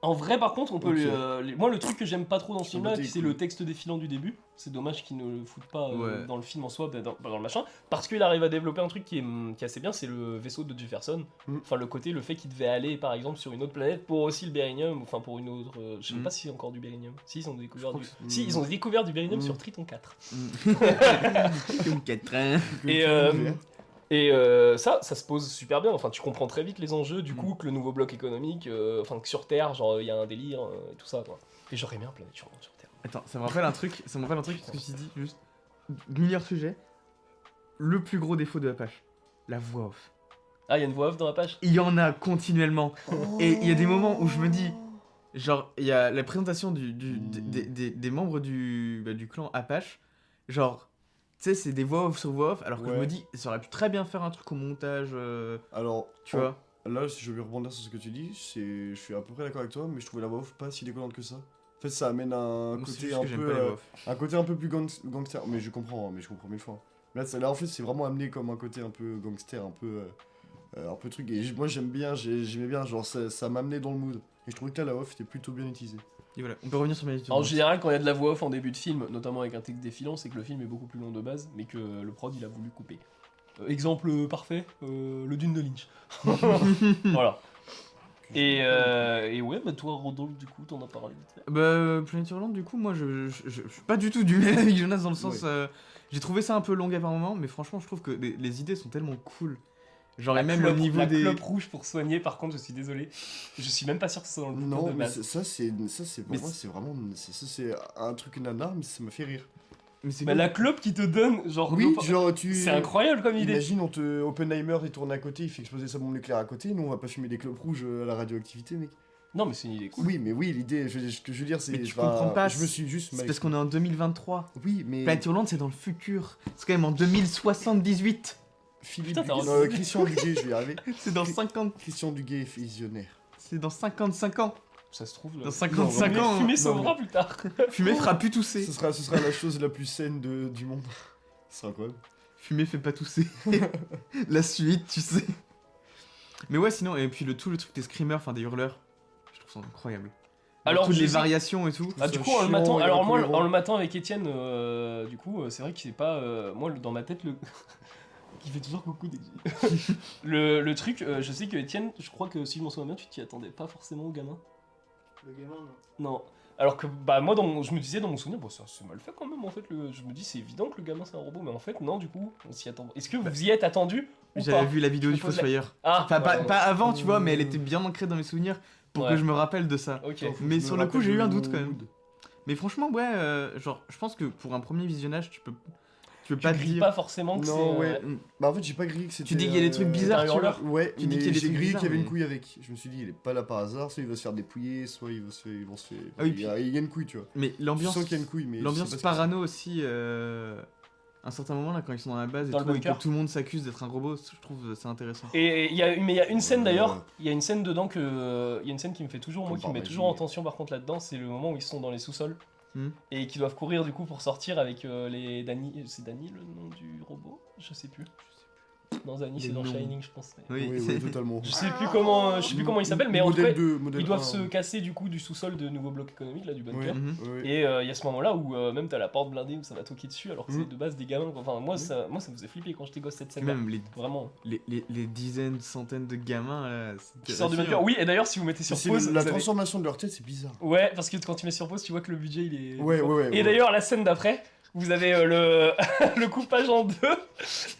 En vrai, par contre, on peut. Ok. les- euh, les- Moi, le truc que j'aime pas trop dans ce Je film-là, me dis, c'est cool. le texte défilant du début. C'est dommage qu'ils ne le foutent pas euh, Ouais. dans le film en soi, bah, dans, bah, dans le machin. Parce qu'il arrive à développer un truc qui est, hum, qui est assez bien, c'est le vaisseau de Jefferson. Mm. Enfin, le côté, le fait qu'il devait aller, par exemple, sur une autre planète pour aussi le Beryllium, enfin pour une autre. euh, je sais Mm. pas s'il y a encore du Beryllium. Si, ils ont découvert crois du. que c'est- Si, ils ont découvert du Beryllium Mm. sur Triton 4. Comme Catherine. Et, euh, et euh, ça, ça se pose super bien. Enfin, tu comprends très vite les enjeux, du Mm. coup, que le nouveau bloc économique, euh, enfin, que sur Terre, genre, il y a un délire euh, et tout ça, quoi. Et j'aurais bien Planète Hurlante sur Terre. Attends, ça me rappelle un truc, ça me rappelle un truc, ce que tu dis, juste, meilleur sujet, le plus gros défaut de la page, la voix off. Ah, il y a une voix off dans la page Il y en a continuellement, et il y a des moments où je me dis, genre, il y a la présentation du, du- des- des, des- des membres du, bah, du clan Apache, genre, tu sais, c'est des voix off sur voix off, alors que je Ouais. me dis, ça aurait pu très bien faire un truc au montage, euh, Alors, tu en- vois. Là, si je vais rebondir sur ce que tu dis, c'est, je suis à peu près d'accord avec toi, mais je trouvais la voix off pas si déconnante que ça. En fait, ça amène un Moi, c'est côté juste un que j'aime peu, pas les euh, voix off. un côté un peu plus gang- gangster. Mais je comprends, hein, mais je comprends mille fois. Là, ça- là, en fait, c'est vraiment amené comme un côté un peu gangster, un peu, euh, euh, un peu truc. Et j- moi, j'aime bien, j'ai- j'aimais bien, genre ça, ça m'amenait dans le mood. Et je trouvais que là, la voix off était plutôt bien utilisée. Et voilà, on peut revenir sur mes En général, quand il y a de la voix off en début de film, notamment avec un texte défilant, c'est que le film est beaucoup plus long de base, mais que le prod, il a voulu couper. Euh, exemple parfait, euh, le Dune de Lynch. <laughs> voilà. Et, euh, et ouais, bah toi, Rodolphe, du coup, t'en as parlé vite fait. Bah, euh, Planète Hurlante, du coup, moi, je, je, je- je suis pas du tout du <laughs> même avis que Jonas dans le sens. euh, j'ai trouvé ça un peu long à par moment, mais franchement, je trouve que les, les idées sont tellement cool. Genre, La et même clope- au niveau la des. clope rouge pour soigner, par contre, je suis désolé. Je suis même pas sûr que ce soit dans le bouquin Non, de mais base. ça, ça, c'est ça c'est pour Mais moi, c'est vraiment c'est ça, c'est un truc nanar, mais ça me fait rire. Mais c'est Bah, nul. la clope qui te donne, genre. Oui, l'oppo- genre tu C'est incroyable comme idée. Imagine, on te Oppenheimer est tourné à côté, il fait exploser sa bombe nucléaire à côté, nous on va pas fumer des clopes rouges euh, à la radioactivité, mec. Non, mais c'est une idée cool. Oui, mais oui, l'idée, je, ce que je veux dire, c'est. Mais tu enfin, comprends pas, Je me suis juste. C'est mal- parce qu'on est en 2023. Oui, mais. Planète Hurlante, c'est dans le futur. C'est quand même en 2078. Philippe Putain, t'as Duguay- raison. euh, Christian Duguay, je vais y arriver. C'est dans 50. Christian Duguay est visionnaire. C'est dans 55 ans. Ça se trouve. Dans 55 fumer, ans. Fumer hein. sauvera plus tard. Fumer fera plus tousser. Ce sera, ce sera la chose la plus saine de, du monde. Ce sera quoi Fumer fait pas tousser. la suite, tu sais. Mais ouais, sinon, et puis le tout le truc des screamers, enfin des hurleurs. Je trouve ça incroyable. Alors, Alors, toutes je les sais- variations et tout. Ah, du Ça, coup, en le chiant, matin, il alors moi, incohérent. en le matin avec Étienne, euh, du coup, euh, c'est vrai que c'est pas. euh, moi, le- dans ma tête, le. <laughs> qui fait toujours coucou dès que- le, le truc, euh, je sais que Étienne, je crois que si je m'en souviens bien, tu t'y attendais pas forcément au gamin. Le gamin, non. Non. Alors que, bah, moi, dans mon- je me disais dans mon souvenir, bon, ça c'est mal fait quand même, en fait. Le, je me dis, c'est évident que le gamin c'est un robot, mais en fait, non, du coup, on s'y attend. Est-ce que vous y êtes attendu ou pas Bah, J'avais vu la vidéo Je du pose la- Fossoyeur. Ah, Enfin, pas, ouais, pas avant, tu vois, mais elle Euh. était bien ancrée dans mes souvenirs pour Ouais. que je me rappelle de ça. Ok. Mais Je sur me le coup, rappelle j'ai eu de un mon doute quand même. mood. Mais franchement, ouais, euh, genre, je pense que pour un premier visionnage, tu peux, tu peux pas Tu grilles dire. pas forcément que c'est. Non, euh, ouais. Bah en fait, j'ai pas grillé que c'était. Tu dis qu'il y a des trucs euh, bizarres, tu vois. hurleur. Ouais, Tu dis mais qu'il y a des j'ai trucs grillé qu'il y avait bizarres, une couille avec. Je me suis dit, il est pas là par hasard, soit il va se faire dépouiller, soit il va se faire. Ils vont se faire... Ah oui, il, y a, il y a une couille, tu vois. Mais Je l'ambiance. sens qu'il y a une couille, mais. je sais L'ambiance pas ce que parano aussi, euh, un certain moment là, quand ils sont dans la base et, Dans le tout, et que bunker. tout le monde s'accuse d'être un robot, je trouve euh, c'est intéressant. Et il y a, mais il y a une scène Ouais. d'ailleurs, il y a une scène dedans que, euh, il y a une scène qui me fait toujours, moi Comme qui par me met magie, toujours en mais- tension par contre là-dedans, c'est le moment où ils sont dans les sous-sols Hmm. et qui doivent courir du coup pour sortir avec euh, les Dani, c'est Dani le nom du robot, je sais plus. Non Dani Les c'est dans noms. Shining je pense. mais- Oui, <laughs> Oui, oui, c'est- totalement. Je sais plus comment, euh, je sais plus comment il s'appelle, mais en tout modèle cas 2, modèle ils doivent 1. se casser du coup du sous-sol de nouveau bloc économique là du bunker. Mhm. Ouais. Et euh, il y a ce moment-là où euh, même t'as la porte blindée où ça va toquer dessus alors que Hmm. c'est de base des gamins. quoi. Enfin moi ça, moi ça me faisait flipper quand j'étais gosse cette Puis scène. même les, Vraiment. les, les- les dizaines, centaines de gamins là. c'est Qui sort du terrifiant. bunker. <laughs> Oui et d'ailleurs si vous mettez sur C'est pause, le- la vous avez- transformation de leur tête, c'est bizarre. Ouais, parce que quand tu mets sur pause, tu vois que le budget il est. Ouais, ouais, ouais. Et ouais. d'ailleurs, la scène d'après, vous avez euh, le... <laughs> le coupage en deux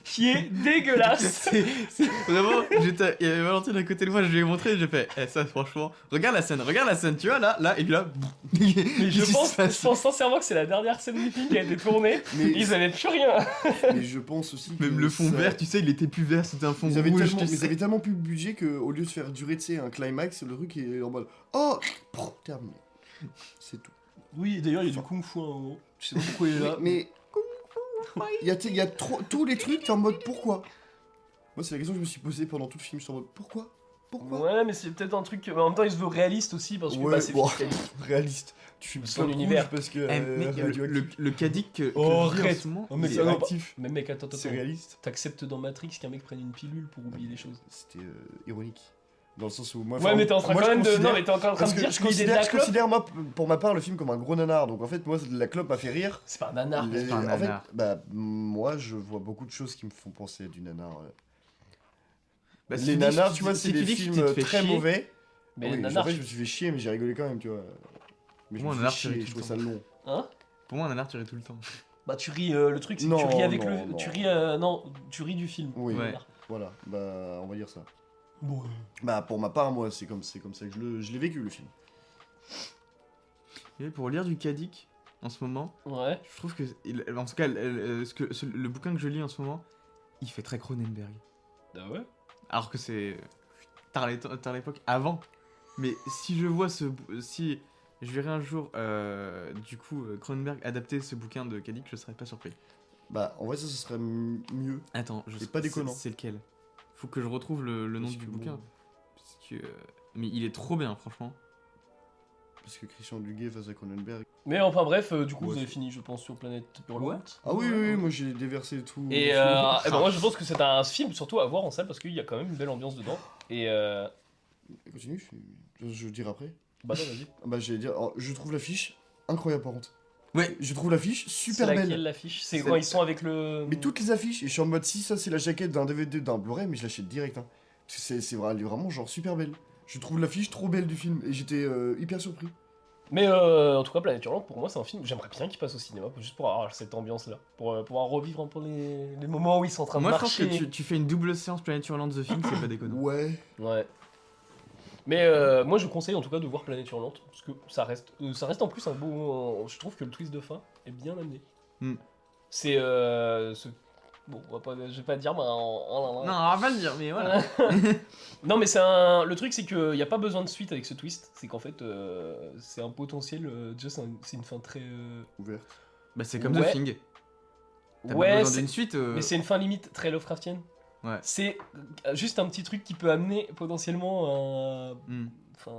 qui est <laughs> dégueulasse. C'est- c'est- Vraiment, j'étais- il y avait Valentine à côté de moi, je lui ai montré, j'ai fait, eh, ça franchement, regarde la scène, regarde la scène, tu vois là, là, et puis là, <laughs> Mais je Qu'est-ce qui pense, se passe je pense sincèrement que c'est la dernière scène du film qui a été tournée. Mais, <laughs> Ils avaient plus rien. mais je pense aussi. que même le fond ça- vert, tu sais, il était plus vert, c'était un fond Ils avaient, rouge, tellement, tu mais ils sais. avaient tellement plus de budget qu'au lieu de faire durer tu sais, un climax, le truc est en mode Oh prrr, Terminé. C'est tout. Oui, d'ailleurs, il y a du kung fu à un moment. Je sais pas pourquoi il Mais- Mais. Il y a, tu sais, il y a trop- tous les trucs, t'es en mode pourquoi Moi, c'est la question que je me suis posée pendant tout le film. Je suis en mode pourquoi Pourquoi Ouais, mais c'est peut-être un truc. que- mais En même temps, il se veut réaliste aussi parce que Ouais, bah, c'est bon. fiscaliste. <laughs> Réaliste. Tu suis Son univers. parce que. Eh, euh, mec, le, radioactif. le, le cadic que, que Oh, je vis en arrête. ce moment, Oh, mec, c'est c'est un- actif. Mais mec, attends, attends, C'est attends. réaliste. T'acceptes dans Matrix qu'un mec prenne une pilule pour oublier des choses. C'était euh, ironique. Dans le sens où moi. Ouais, enfin, mais t'es en train moi, quand je même de. Non, considère- mais t'es encore en train Parce de que dire je que l'idée de considère, la je clope. considère moi, pour ma part le film comme un gros nanar. Donc en fait, moi, la clope m'a fait rire. C'est pas un nanar. Les- Ah, c'est pas un en fait, nanar. bah, moi, je vois beaucoup de choses qui me font penser à du nanar. euh. Bah, si les tu dis que nanars, tu- tu vois, si c'est tu des dis que tu films te fais très chier, mauvais. Mais Oui, un je- nanar. En fait, je me suis fait chier, mais j'ai rigolé quand même, tu vois. Mais je Moi, me un nanar, tu suis fait ris chier, je tout le trouve ça long. Hein Pour moi, un nanar, tu ris tout le temps. Bah tu ris, euh, le truc c'est que tu Non, ris avec non, le... non. Tu ris, euh, non, tu ris du film. Oui. Ouais. Voilà, bah, on va dire ça. Bon, Bah, pour ma part, moi, c'est comme, c'est comme ça que je le- je l'ai vécu, le film. Et pour lire du Kadik en ce moment, ouais. je trouve que. il- En tout cas, le- le- ce que- ce- le bouquin que je lis en ce moment, il fait très Cronenberg. Ah ouais Alors que c'est. Tard les temps- tard l'époque, avant. Mais si je vois ce. bou- Si je verrai un jour, euh, du coup, euh, Cronenberg adapter ce bouquin de Kadik, je serais pas surpris. Bah, en vrai, ça, ce serait m- mieux. Attends, je C'est pas déconnant. C'est lequel Faut que je retrouve le, le nom Parce du que bouquin. bon, Parce que. euh, Mais il est trop bien, franchement. Parce que Christian Duguay face à Cronenberg. Mais enfin bref, euh, du coup Ouais, vous avez c'est- fini je pense sur Planète Hurlante. Ah oui, oui, oui, moi, j'ai déversé tout. Et euh, eh ben, moi je pense que c'est un film surtout à voir en salle parce qu'il y a quand même une belle ambiance dedans. Et euh... Continue, je suis- je, je veux dire après. Bah non vas-y. Ah Bah, j'allais dire, alors, je trouve l'affiche incroyable, par contre. Ouais. Je trouve l'affiche C'est super belle. laquelle l'affiche C'est C'est- quand ils sont avec le... Mais toutes les affiches, et je suis en mode si ça c'est la jaquette d'un DVD, d'un Blu-ray, mais je l'achète direct. Hein. Parce que C'est c'est vrai, elle est vraiment genre super belle. Je trouve l'affiche trop belle du film et j'étais euh, hyper surpris. Mais euh, en tout cas, Planète Hurlante, pour moi, c'est un film. J'aimerais bien qu'il passe au cinéma, juste pour avoir cette ambiance-là. Pour euh, pouvoir revivre un peu les, les moments où ils sont en train Moi, de je pense que marcher. tu, tu fais une double séance Planète Hurlante The Film, c'est <laughs> pas déconnant. Ouais. Ouais. Mais euh, moi, je conseille en tout cas de voir Planète Hurlante, parce que ça reste, euh, ça reste en plus un beau. je trouve que le twist de fin est bien amené. Hmm. C'est. euh, ce- Bon, on va pas, je vais pas dire, mais. en- en- en- Non, on va pas le dire, mais voilà. Non, mais c'est un. Le truc, c'est qu'il n'y a pas besoin de suite avec ce twist. C'est qu'en fait, euh, c'est un potentiel. euh, déjà, c'est un- c'est une fin très. euh, Ouverte. Bah, c'est comme Ouais. The Thing. T'as pas Ouais, besoin c'est- d'une suite. euh, mais c'est une fin limite très Lovecraftienne. Ouais. C'est euh, juste un petit truc qui peut amener potentiellement à, hmm, enfin,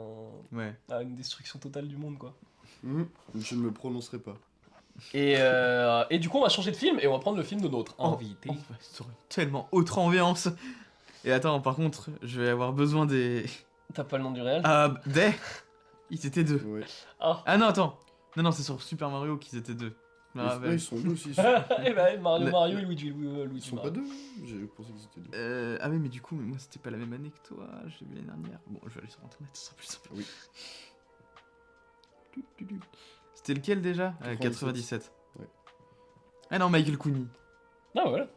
Ouais. à une destruction totale du monde, quoi. Mhm. Je ne me prononcerai pas. Et, euh, et du coup, on va changer de film et on va prendre le film de notre Oh, invité. oh, bah, ça aurait tellement autre ambiance. Et attends, par contre, je vais avoir besoin des. <laughs> T'as pas le nom du réel Ah, bah, des Ils étaient deux. Ouais. Ah, <laughs> Ah non, attends. Non, non, c'est sur Super Mario qu'ils étaient deux. Je Ah, me Mais- rappelle. ouais, ils sont deux <laughs> aussi. Ils, sont... Eh ben, Mario Le- Mario et Luigi, Lu- euh, ils Luigi sont pas Mario. deux hein. J'ai pensé qu'ils étaient deux. Euh, ah oui, mais du coup, mais moi, c'était pas la même année que toi. J'ai vu l'année dernière. Bon, je vais aller sur Internet, ce sera plus simple. Oui. C'était lequel déjà Euh, 97. 97. Ouais. Ah non, Michael Cooney. Ah, <laughs> voilà.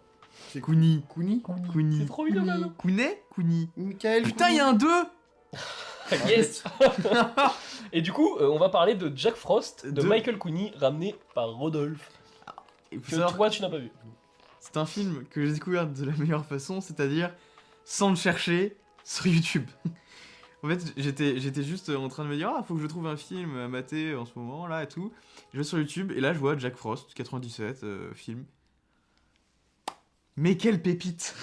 C'est Cooney. Kouni Cooney. C'est trop mignon, maman. Cooney Cooney. Michael Putain, il y a un 2 Ah, <laughs> Yes Et du coup, euh, on va parler de Jack Frost, de De- Michael Cooney, ramené par Rodolphe, que toi, tu n'as pas vu. C'est un film que j'ai découvert de la meilleure façon, c'est-à-dire sans le chercher sur YouTube. <laughs> en fait, j'étais, j'étais juste en train de me dire Ah, faut que je trouve un film à mater en ce moment, là et tout. Je vais sur YouTube et là, je vois Jack Frost, 97, euh, film. Mais quelle pépite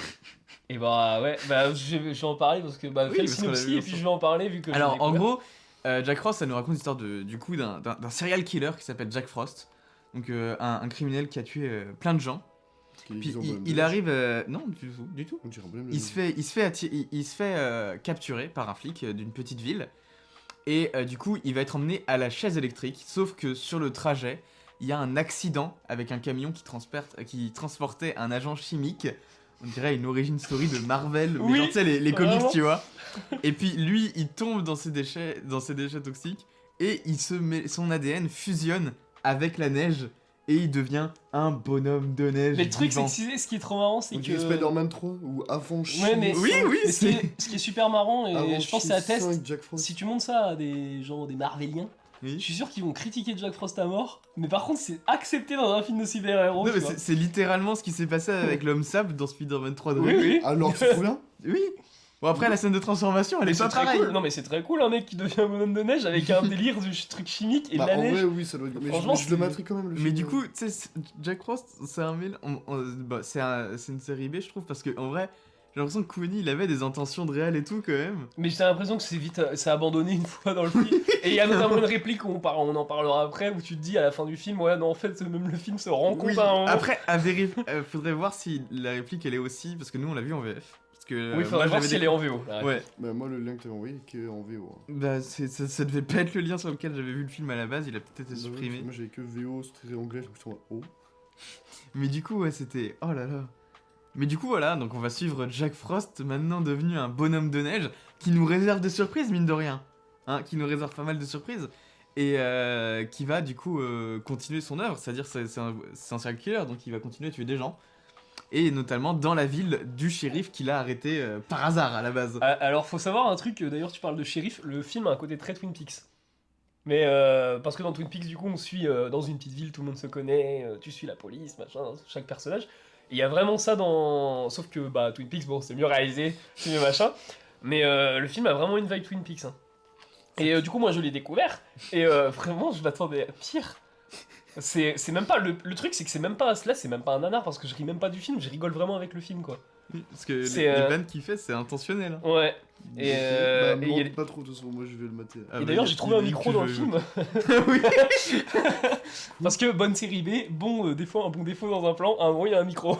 Et bah ouais, bah, je, vais- je vais en parler parce que bah, Oui, fais le parce qu'on l'a vu synopsis et puis ensemble. je vais en parler vu <laughs> que. je l'ai Alors, en découvert. gros, euh, Jack Frost, ça nous raconte l'histoire de- du coup d'un- d'un d'un serial killer qui s'appelle Jack Frost. Donc, euh, un, un criminel qui a tué euh, plein de gens. Puis, il, il arrive. euh, non, du tout, du tout. Il Hmm. se fait, il se fait, atti- il, il se fait euh, capturer par un flic euh, d'une petite ville. Et euh, du coup, il va être emmené à la chaise électrique. Sauf que sur le trajet, il y a un accident avec un camion qui, transporte- qui transportait un agent chimique. On dirait une origin story de Marvel, mais Oui, genre, tu sais, les, les comics, vraiment. tu vois. Et puis lui, il tombe dans ses déchets, dans ses déchets toxiques, et il se met, son ADN fusionne avec la neige, et il devient un bonhomme de neige. Mais le truc, c'est vivant. que c'est- ce qui est trop marrant, c'est On que. dirait Spider-Man 3 ou avant Ouais, mais. Oui, oui, mais ce, qui c'est- Ah est, ce qui est super marrant, et avant je pense que ça Chine atteste, 5, Jack Frost. si tu montes ça à des gens, des Marveliens. Je Oui. suis sûr qu'ils vont critiquer Jack Frost à mort, mais par contre, c'est accepté dans un film de super-héros. Non, tu mais vois. c'est c'est littéralement ce qui s'est passé avec l'homme sable dans Spider-Man 3 de Oui, Raimi. oui. Ah, Alors, tu te <laughs> souviens Oui. Bon, après, la scène de transformation, elle Mais est pas c'est très pareille. cool. Non, mais c'est très cool, un mec qui devient un bonhomme de neige avec <laughs> un délire du truc chimique et de Bah, la en neige. vrai, oui, ça doit être. Mais Franchement, je, je le c'est- materai quand même. Le Mais film. du coup, tu sais, c'est- Jack Frost, c'est un mél- on- on- bah, c'est un- c'est une série B, je trouve, parce que en vrai, j'ai l'impression que Cooney, il avait des intentions de réel et tout quand même. Mais j'ai l'impression que c'est vite, euh, c'est abandonné une fois dans le <laughs> film. et il y a notamment une réplique où on, par- on en parlera après, où tu te dis à la fin du film, ouais, non, en fait, même le film se rend compte Oui. à un moment. Après, à vérif- euh, faudrait voir si la réplique elle est aussi, parce que nous on l'a vu en VF. Parce que euh, oui, moi, faudrait voir j'avais si elle des- est en VO. là. Ouais, Bah, moi, le lien que t'avais envoyé, il est que en VO. hein. bah c'est- ça, ça devait pas être le lien sur lequel j'avais vu le film à la base, il a peut-être été Bah ouais, supprimé. Moi, j'avais que VO, c'était anglais, donc je suis en oh. Mais du coup, ouais, c'était. Oh là là. Mais du coup, voilà, donc on va suivre Jack Frost, maintenant devenu un bonhomme de neige, qui nous réserve des surprises, mine de rien. Hein, qui nous réserve pas mal de surprises. Et euh, qui va, du coup, euh, continuer son œuvre. C'est-à-dire, c'est c'est un, c'est un serial killer, donc il va continuer à tuer des gens. Et notamment dans la ville du shérif qu'il a arrêté euh, par hasard à la base. Ah, Alors, faut savoir un truc, euh, d'ailleurs, tu parles de shérif, le film a un côté très Twin Peaks. Mais euh, parce que dans Twin Peaks, du coup, on suit euh, dans une petite ville, tout le monde se connaît, euh, tu suis la police, machin, chaque personnage. Et Il y a vraiment ça dans. Sauf que bah, Twin Peaks, bon, c'est mieux réalisé, c'est mieux machin. Mais euh, le film a vraiment une vibe Twin Peaks. hein. Et euh, du coup, moi, je l'ai découvert. Et euh, <laughs> vraiment, je m'attendais à pire. C'est c'est même pas. Le, le truc, c'est que c'est même pas. Là, c'est même pas un nanar parce que je ris même pas du film, je rigole vraiment avec le film, quoi. Parce que les, C'est, euh, les vannes qu'il fait, c'est intentionnel. hein. Ouais. Et, euh, bah, et il y a- montre pas trop, de toute façon, moi, je vais le mater. <laughs> Ah, Et bah, d'ailleurs, il y a- j'ai trouvé un il dit micro que dans le je- <laughs> film. <laughs> oui. Parce que bonne série B, bon euh, défaut, un bon défaut dans un plan, à un moment il y a un micro.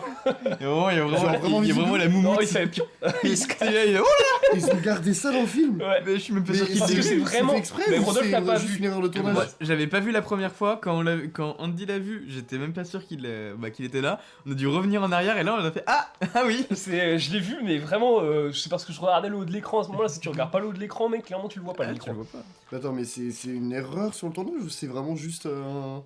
Il y a vraiment, il y a vraiment, Genre, il y a vraiment la Non, moumoute. il fait pion. <laughs> Il se crée, il est- Oh là Ils ont gardé ça dans le film Ouais. Mais je suis même pas Mais sûr est-ce qu'il parce que que c'est c'est l'ait vu. vraiment- fait exprès mais ou Rodolphe c'est l'a pas euh, juste vu. une erreur de tournage Moi, j'avais pas vu la première fois, quand, on l'a- quand Andy l'a vu, j'étais même pas sûr qu'il euh, bah, qu'il était là. On a dû revenir en arrière et là on a fait Ah <laughs> Ah oui C'est, euh, je l'ai vu, mais vraiment, euh, c'est parce que je regardais le haut de l'écran à ce moment-là. Si tu regardes pas le haut de l'écran, mec, clairement, tu le vois pas Ah, le tu l'écran. le vois pas. Attends, mais c'est c'est une erreur sur le tournage ou c'est vraiment juste euh, un.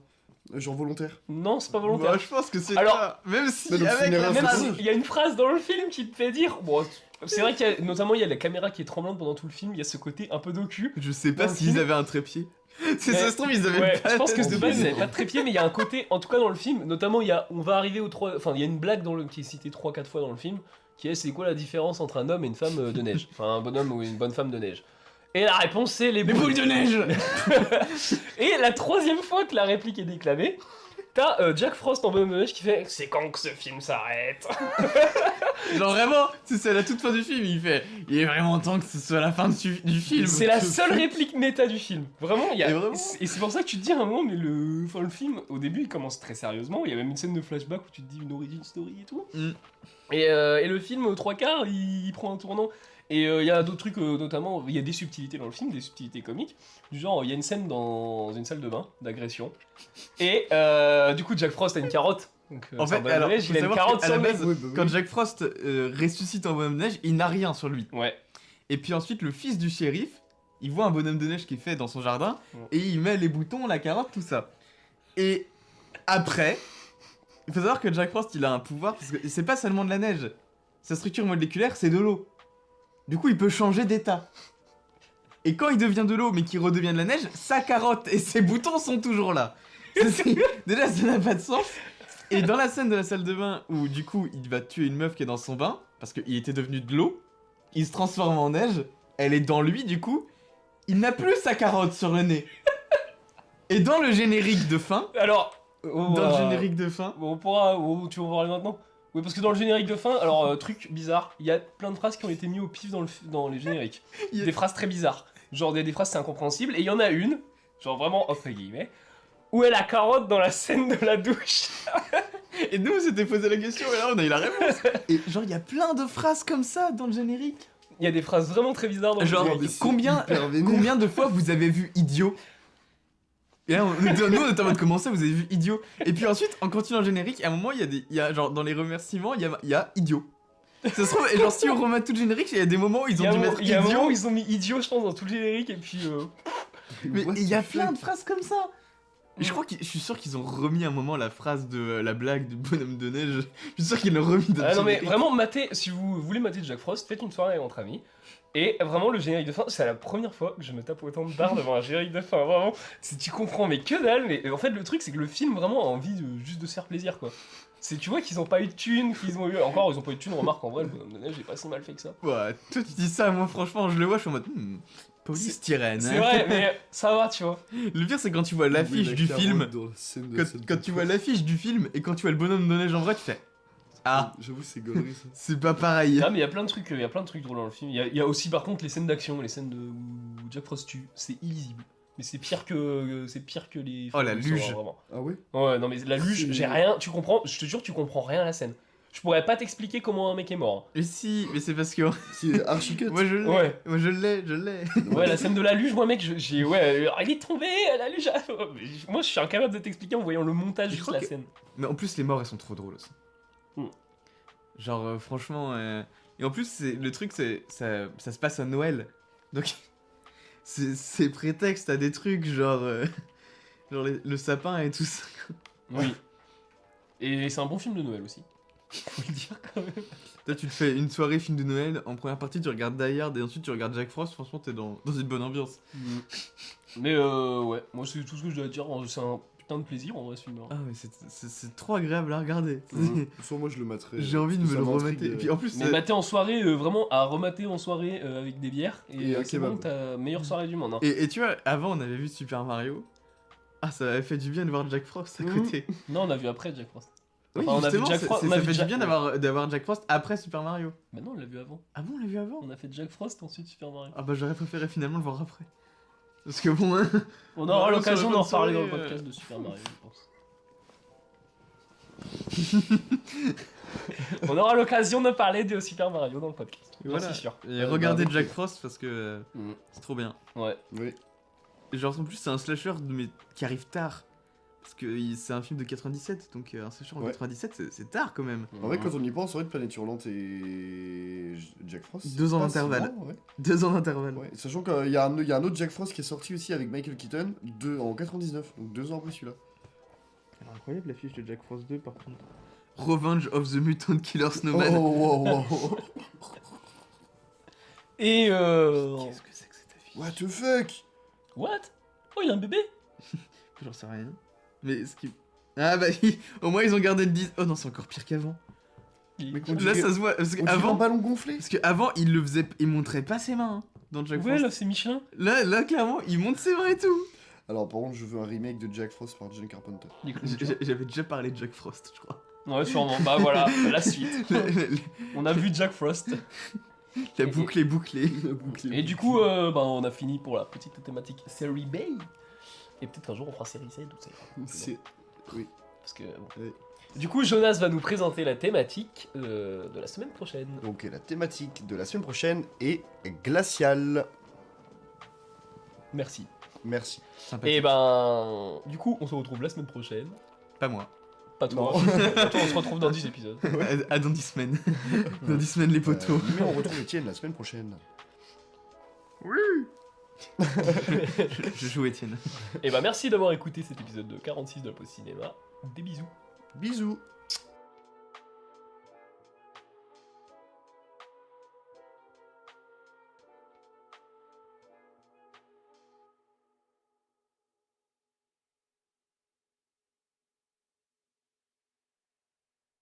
<laughs> Genre volontaire Non, c'est pas volontaire. Bah, je pense que c'est Alors- là. Même si Bah, donc, c'est avec une la erreur Même de si- tournage. il y a une phrase dans le film qui te fait dire. Bon, c'est vrai qu'il y a, notamment, il y a la caméra qui est tremblante pendant tout le film. Il y a ce côté un peu docu. Je sais pas Dans le s'ils film. avaient un trépied. <laughs> Si Mais- ça se trouve, ils avaient Ouais, pas. je pense que de la- base, ils n'avaient pas de trépied, mais il y a un côté, en tout cas dans le film, notamment, il y a, on va arriver aux trois. Enfin, il y a une blague dans le, qui est citée 3-4 fois dans le film, qui est c'est quoi la différence entre un homme et une femme euh, de neige Enfin, un bonhomme ou une bonne femme de neige. Et la réponse, c'est les Les boules. boules de neige <laughs> <laughs> Et la troisième fois que la réplique est déclamée, t'as euh, Jack Frost en bonhomme de neige qui fait C'est quand que ce film s'arrête Genre vraiment, si c'est à la toute fin du film, il fait Il est vraiment temps que ce soit la fin du, du film. C'est la seule réplique méta du film. Vraiment, il y a. Et vraiment Et c'est pour ça que tu te dis à un moment, mais le, enfin, le film, au début, il commence très sérieusement. Il y a même une scène de flashback où tu te dis une origin story et tout. Mm. Et, euh, et le film, aux trois quarts, il, il prend un tournant. Et euh, il y a d'autres trucs, euh, notamment, il y a des subtilités dans le film, des subtilités comiques. Du genre, il y a une scène dans une salle de bain d'agression. Et euh, du coup, Jack Frost a une carotte. Donc, euh, En c'est un fait, bon alors, élève, faut il a une savoir carotte qu'à la sur le base, Oui, bah oui. quand Jack Frost euh, ressuscite un bonhomme de neige, il n'a rien sur lui. nez. Ouais. Et puis ensuite, le fils du shérif, il voit un bonhomme de neige qui est fait dans son jardin Ouais. et il met les boutons, la carotte, tout ça. Et après, il faut savoir que Jack Frost, il a un pouvoir parce que c'est pas seulement de la neige. Sa structure moléculaire, c'est de l'eau. Du coup, il peut changer d'état. Et quand il devient de l'eau mais qu'il redevient de la neige, sa carotte et ses boutons sont toujours là. Ça, c'est- Déjà, ça n'a pas de sens. Et dans la scène de la salle de bain où du coup il va tuer une meuf qui est dans son bain parce qu'il était devenu de l'eau, il se transforme en neige, elle est dans lui du coup, il n'a plus sa carotte sur le nez. <laughs> Et dans le générique de fin, Alors. oh, euh, on dans le va- générique de fin, Bon, on pourra, ou tu vas en parler maintenant Oui, parce que dans le générique de fin, alors euh, truc bizarre, il y a plein de phrases qui ont été mises au pif dans, le, f- dans les génériques. <laughs> Il y a- Des phrases très bizarres. Genre des, des phrases c'est incompréhensible, et il y en a une, genre vraiment entre guillemets, où est la carotte dans la scène de la douche et nous on s'était posé la question et là on a eu la <laughs> réponse. Et genre il y a plein de phrases comme ça dans le générique. Il y a des phrases vraiment très bizarres dans le Genre générique. mais c'est combien, hyper vénère. combien de fois vous avez vu idiot et là, on, nous, on était en mode comment ça, vous avez vu idiot. Et puis ensuite, en continuant le générique, à un moment, il y a des. il Y a, genre, dans les remerciements, il y a, il y a idiot. Ça se trouve, et genre, si on remet tout le générique, il y a des moments où ils Il y ont a dû un moment- mettre il y a un moment idiot. où ils ont mis idiot, je pense, dans tout le générique, et puis. euh, Mais <laughs> What il y a the fuck plein de phrases comme ça. Et je crois que je suis sûr qu'ils ont remis un moment la phrase de euh, la blague du bonhomme de neige. Je suis sûr qu'ils l'ont remis dans le Ah non mais générique. vraiment matez, si vous voulez mater Jack Frost, faites une soirée entre amis. Et vraiment le générique de fin, c'est la première fois que je me tape autant de barres devant un générique de fin, vraiment. Si tu comprends mais que dalle, mais en fait le truc c'est que le film vraiment a envie de, juste de se faire plaisir quoi. C'est tu vois qu'ils ont pas eu de thunes, qu'ils ont eu encore ils ont pas eu de thunes, remarque en vrai le bonhomme de neige j'ai pas si mal fait que ça. Ouais, toi, tu dis ça, moi, franchement, je le vois, je suis en mode. Hmm, police tyrène. C'est hein. vrai mais ça va tu vois. Le pire, c'est quand tu vois l'affiche Oui, du la film. carotte dans la scène de Quand, scène quand de tu fin. vois l'affiche du film et quand tu vois le bonhomme de neige en vrai, tu fais Ah, J'avoue, c'est gaulerie ça. c'est pas pareil. Ah mais il y a plein de trucs, il y a plein de trucs drôles dans le film. Il y a- il y, a aussi par contre les scènes d'action, les scènes de où Jack Frost tue, c'est illisible. Mais c'est pire que c'est pire que les. Oh, la films de Saw, luge. vraiment. Ah ouais Ouais, non, mais la luge, C'est- j'ai rien, tu comprends, je te jure, tu comprends rien à la scène. Je pourrais pas t'expliquer comment un mec est mort. Mais si, mais c'est parce que C'est archi cut. moi je l'ai, Ouais. moi je l'ai, je l'ai. Ouais, la scène de la luge, moi, mec, je- j'ai. Ouais, euh, il est tombé, la luge. ah, oh, mais je- Moi, je suis incapable de t'expliquer en voyant le montage Je juste crois la que- scène. Mais en plus les morts elles sont trop drôles aussi. Hmm. Genre euh, franchement, euh, et en plus c'est le truc c'est ça, ça se passe à Noël, donc <laughs> c'est c'est prétexte à des trucs genre euh, <laughs> genre les- le sapin et tout ça. Oui. Et c'est un bon film de Noël aussi. <laughs> Faut le dire quand même. Toi tu te fais une soirée film de Noël, en première partie tu regardes Die Hard et ensuite tu regardes Jack Frost, franchement t'es dans, dans une bonne ambiance. Mais euh, ouais, moi, c'est tout ce que je dois dire. hein. C'est un putain de plaisir en vrai, ce film. hein. Ah mais c'est- c'est c'est trop agréable à regarder. Mhm. Soit moi je le materais. J'ai envie de parce me que le ça m'intrigue, remater. Et euh, puis en plus, Hmm. Mais euh, mater en soirée, euh, vraiment, à remater en soirée euh, avec des bières. Et, euh, Et un c'est bon, kebab. ta meilleure soirée du monde. hein. et, et tu vois, avant on avait vu Super Mario. Ah, ça avait fait du bien de voir Jack Frost à Mhm. Hmm. côté. Non, on a vu après Jack Frost. Oui, Enfin, on a vu justement, Jack c'est- Frost- c'est- on a ça vu fait du Jack- bien d'avoir euh, d'avoir Jack Frost après Super Mario. Mais Bah non, on l'a vu avant. Ah bon, on l'a vu avant On a fait Jack Frost, ensuite Super Mario. Ah bah j'aurais préféré finalement le voir après. Parce que bon, <laughs> hein, On Bah, aura ouais, l'occasion sur la d'en bonne euh. reparler dans le podcast de soirée, Super Mario, je pense. <laughs> On aura l'occasion de parler de Super Mario dans le podcast. J'en Voilà. suis sûr. Et Euh, regardez bah, donc, Jack euh, Frost parce que euh, Mm. c'est trop bien. Ouais. oh. Oui. Et Genre en plus c'est un slasher mais qui arrive tard. Parce que il- c'est un film de 97, donc euh, un slasher en Ouais. 97 c'est- c'est tard quand même. Mmh. En vrai, quand on y pense, en vrai, Planète Hurlante et J- Jack Frost. Deux ans c'est pas si d'intervalle. loin, ouais. Deux ans d'intervalle. Ouais, Sachant qu'il y, a un- il y a un autre Jack Frost qui est sorti aussi avec Michael Keaton deux, en 99, donc deux ans après celui-là. Elle est incroyable la fiche de Jack Frost 2 par contre. Revenge of the Mutant Killer Oh, Snowman. wow, wow, wow. Et euh... Qu'est-ce que c'est que cette affiche What the fuck What Oh, il a un bébé J'en sais rien. Mais ce qui. Ah bah au moins ils ont gardé le 10. Oh non, c'est encore pire qu'avant. Il- Mais qu'on Là dirait- ça se voit. Parce on dirait un qu'avant, ballon gonflé parce que avant, il le faisait. Il montrait pas ses mains hein, dans Jack Ouais, Frost. là, c'est Michelin. Là, là, clairement, il monte ses mains et tout. Alors par contre, je veux un remake de Jack Frost par John <laughs> Carpenter. Il est cool. J- j- J'avais déjà parlé de Jack Frost, je crois. Ouais, sûrement. Bah voilà, la suite. <laughs> La, la- On a vu Jack Frost. la boucle est bouclée. Et du coup, euh, bah, on a fini pour la petite thématique série B. Et peut-être qu'un jour on fera série Z ou ça ira plus loin. C'est- Parce que, bon. Oui. Du coup, Jonas va nous présenter la thématique euh, de la semaine prochaine. Donc la thématique de la semaine prochaine est glaciale. Merci. Merci. Et bah. ben, du coup, on se retrouve la semaine prochaine. Pas moi. Pas toi. <laughs> Pas toi, on se retrouve dans 10 épisodes. <laughs> À, à dans 10 semaines. dans 10 semaines, les Euh, poteaux. mais on retrouve Étienne la semaine prochaine. Euh, Je joue Étienne. Eh Et ben, merci d'avoir écouté cet épisode de 46 de la Post Cinéma. Des bisous. Bisous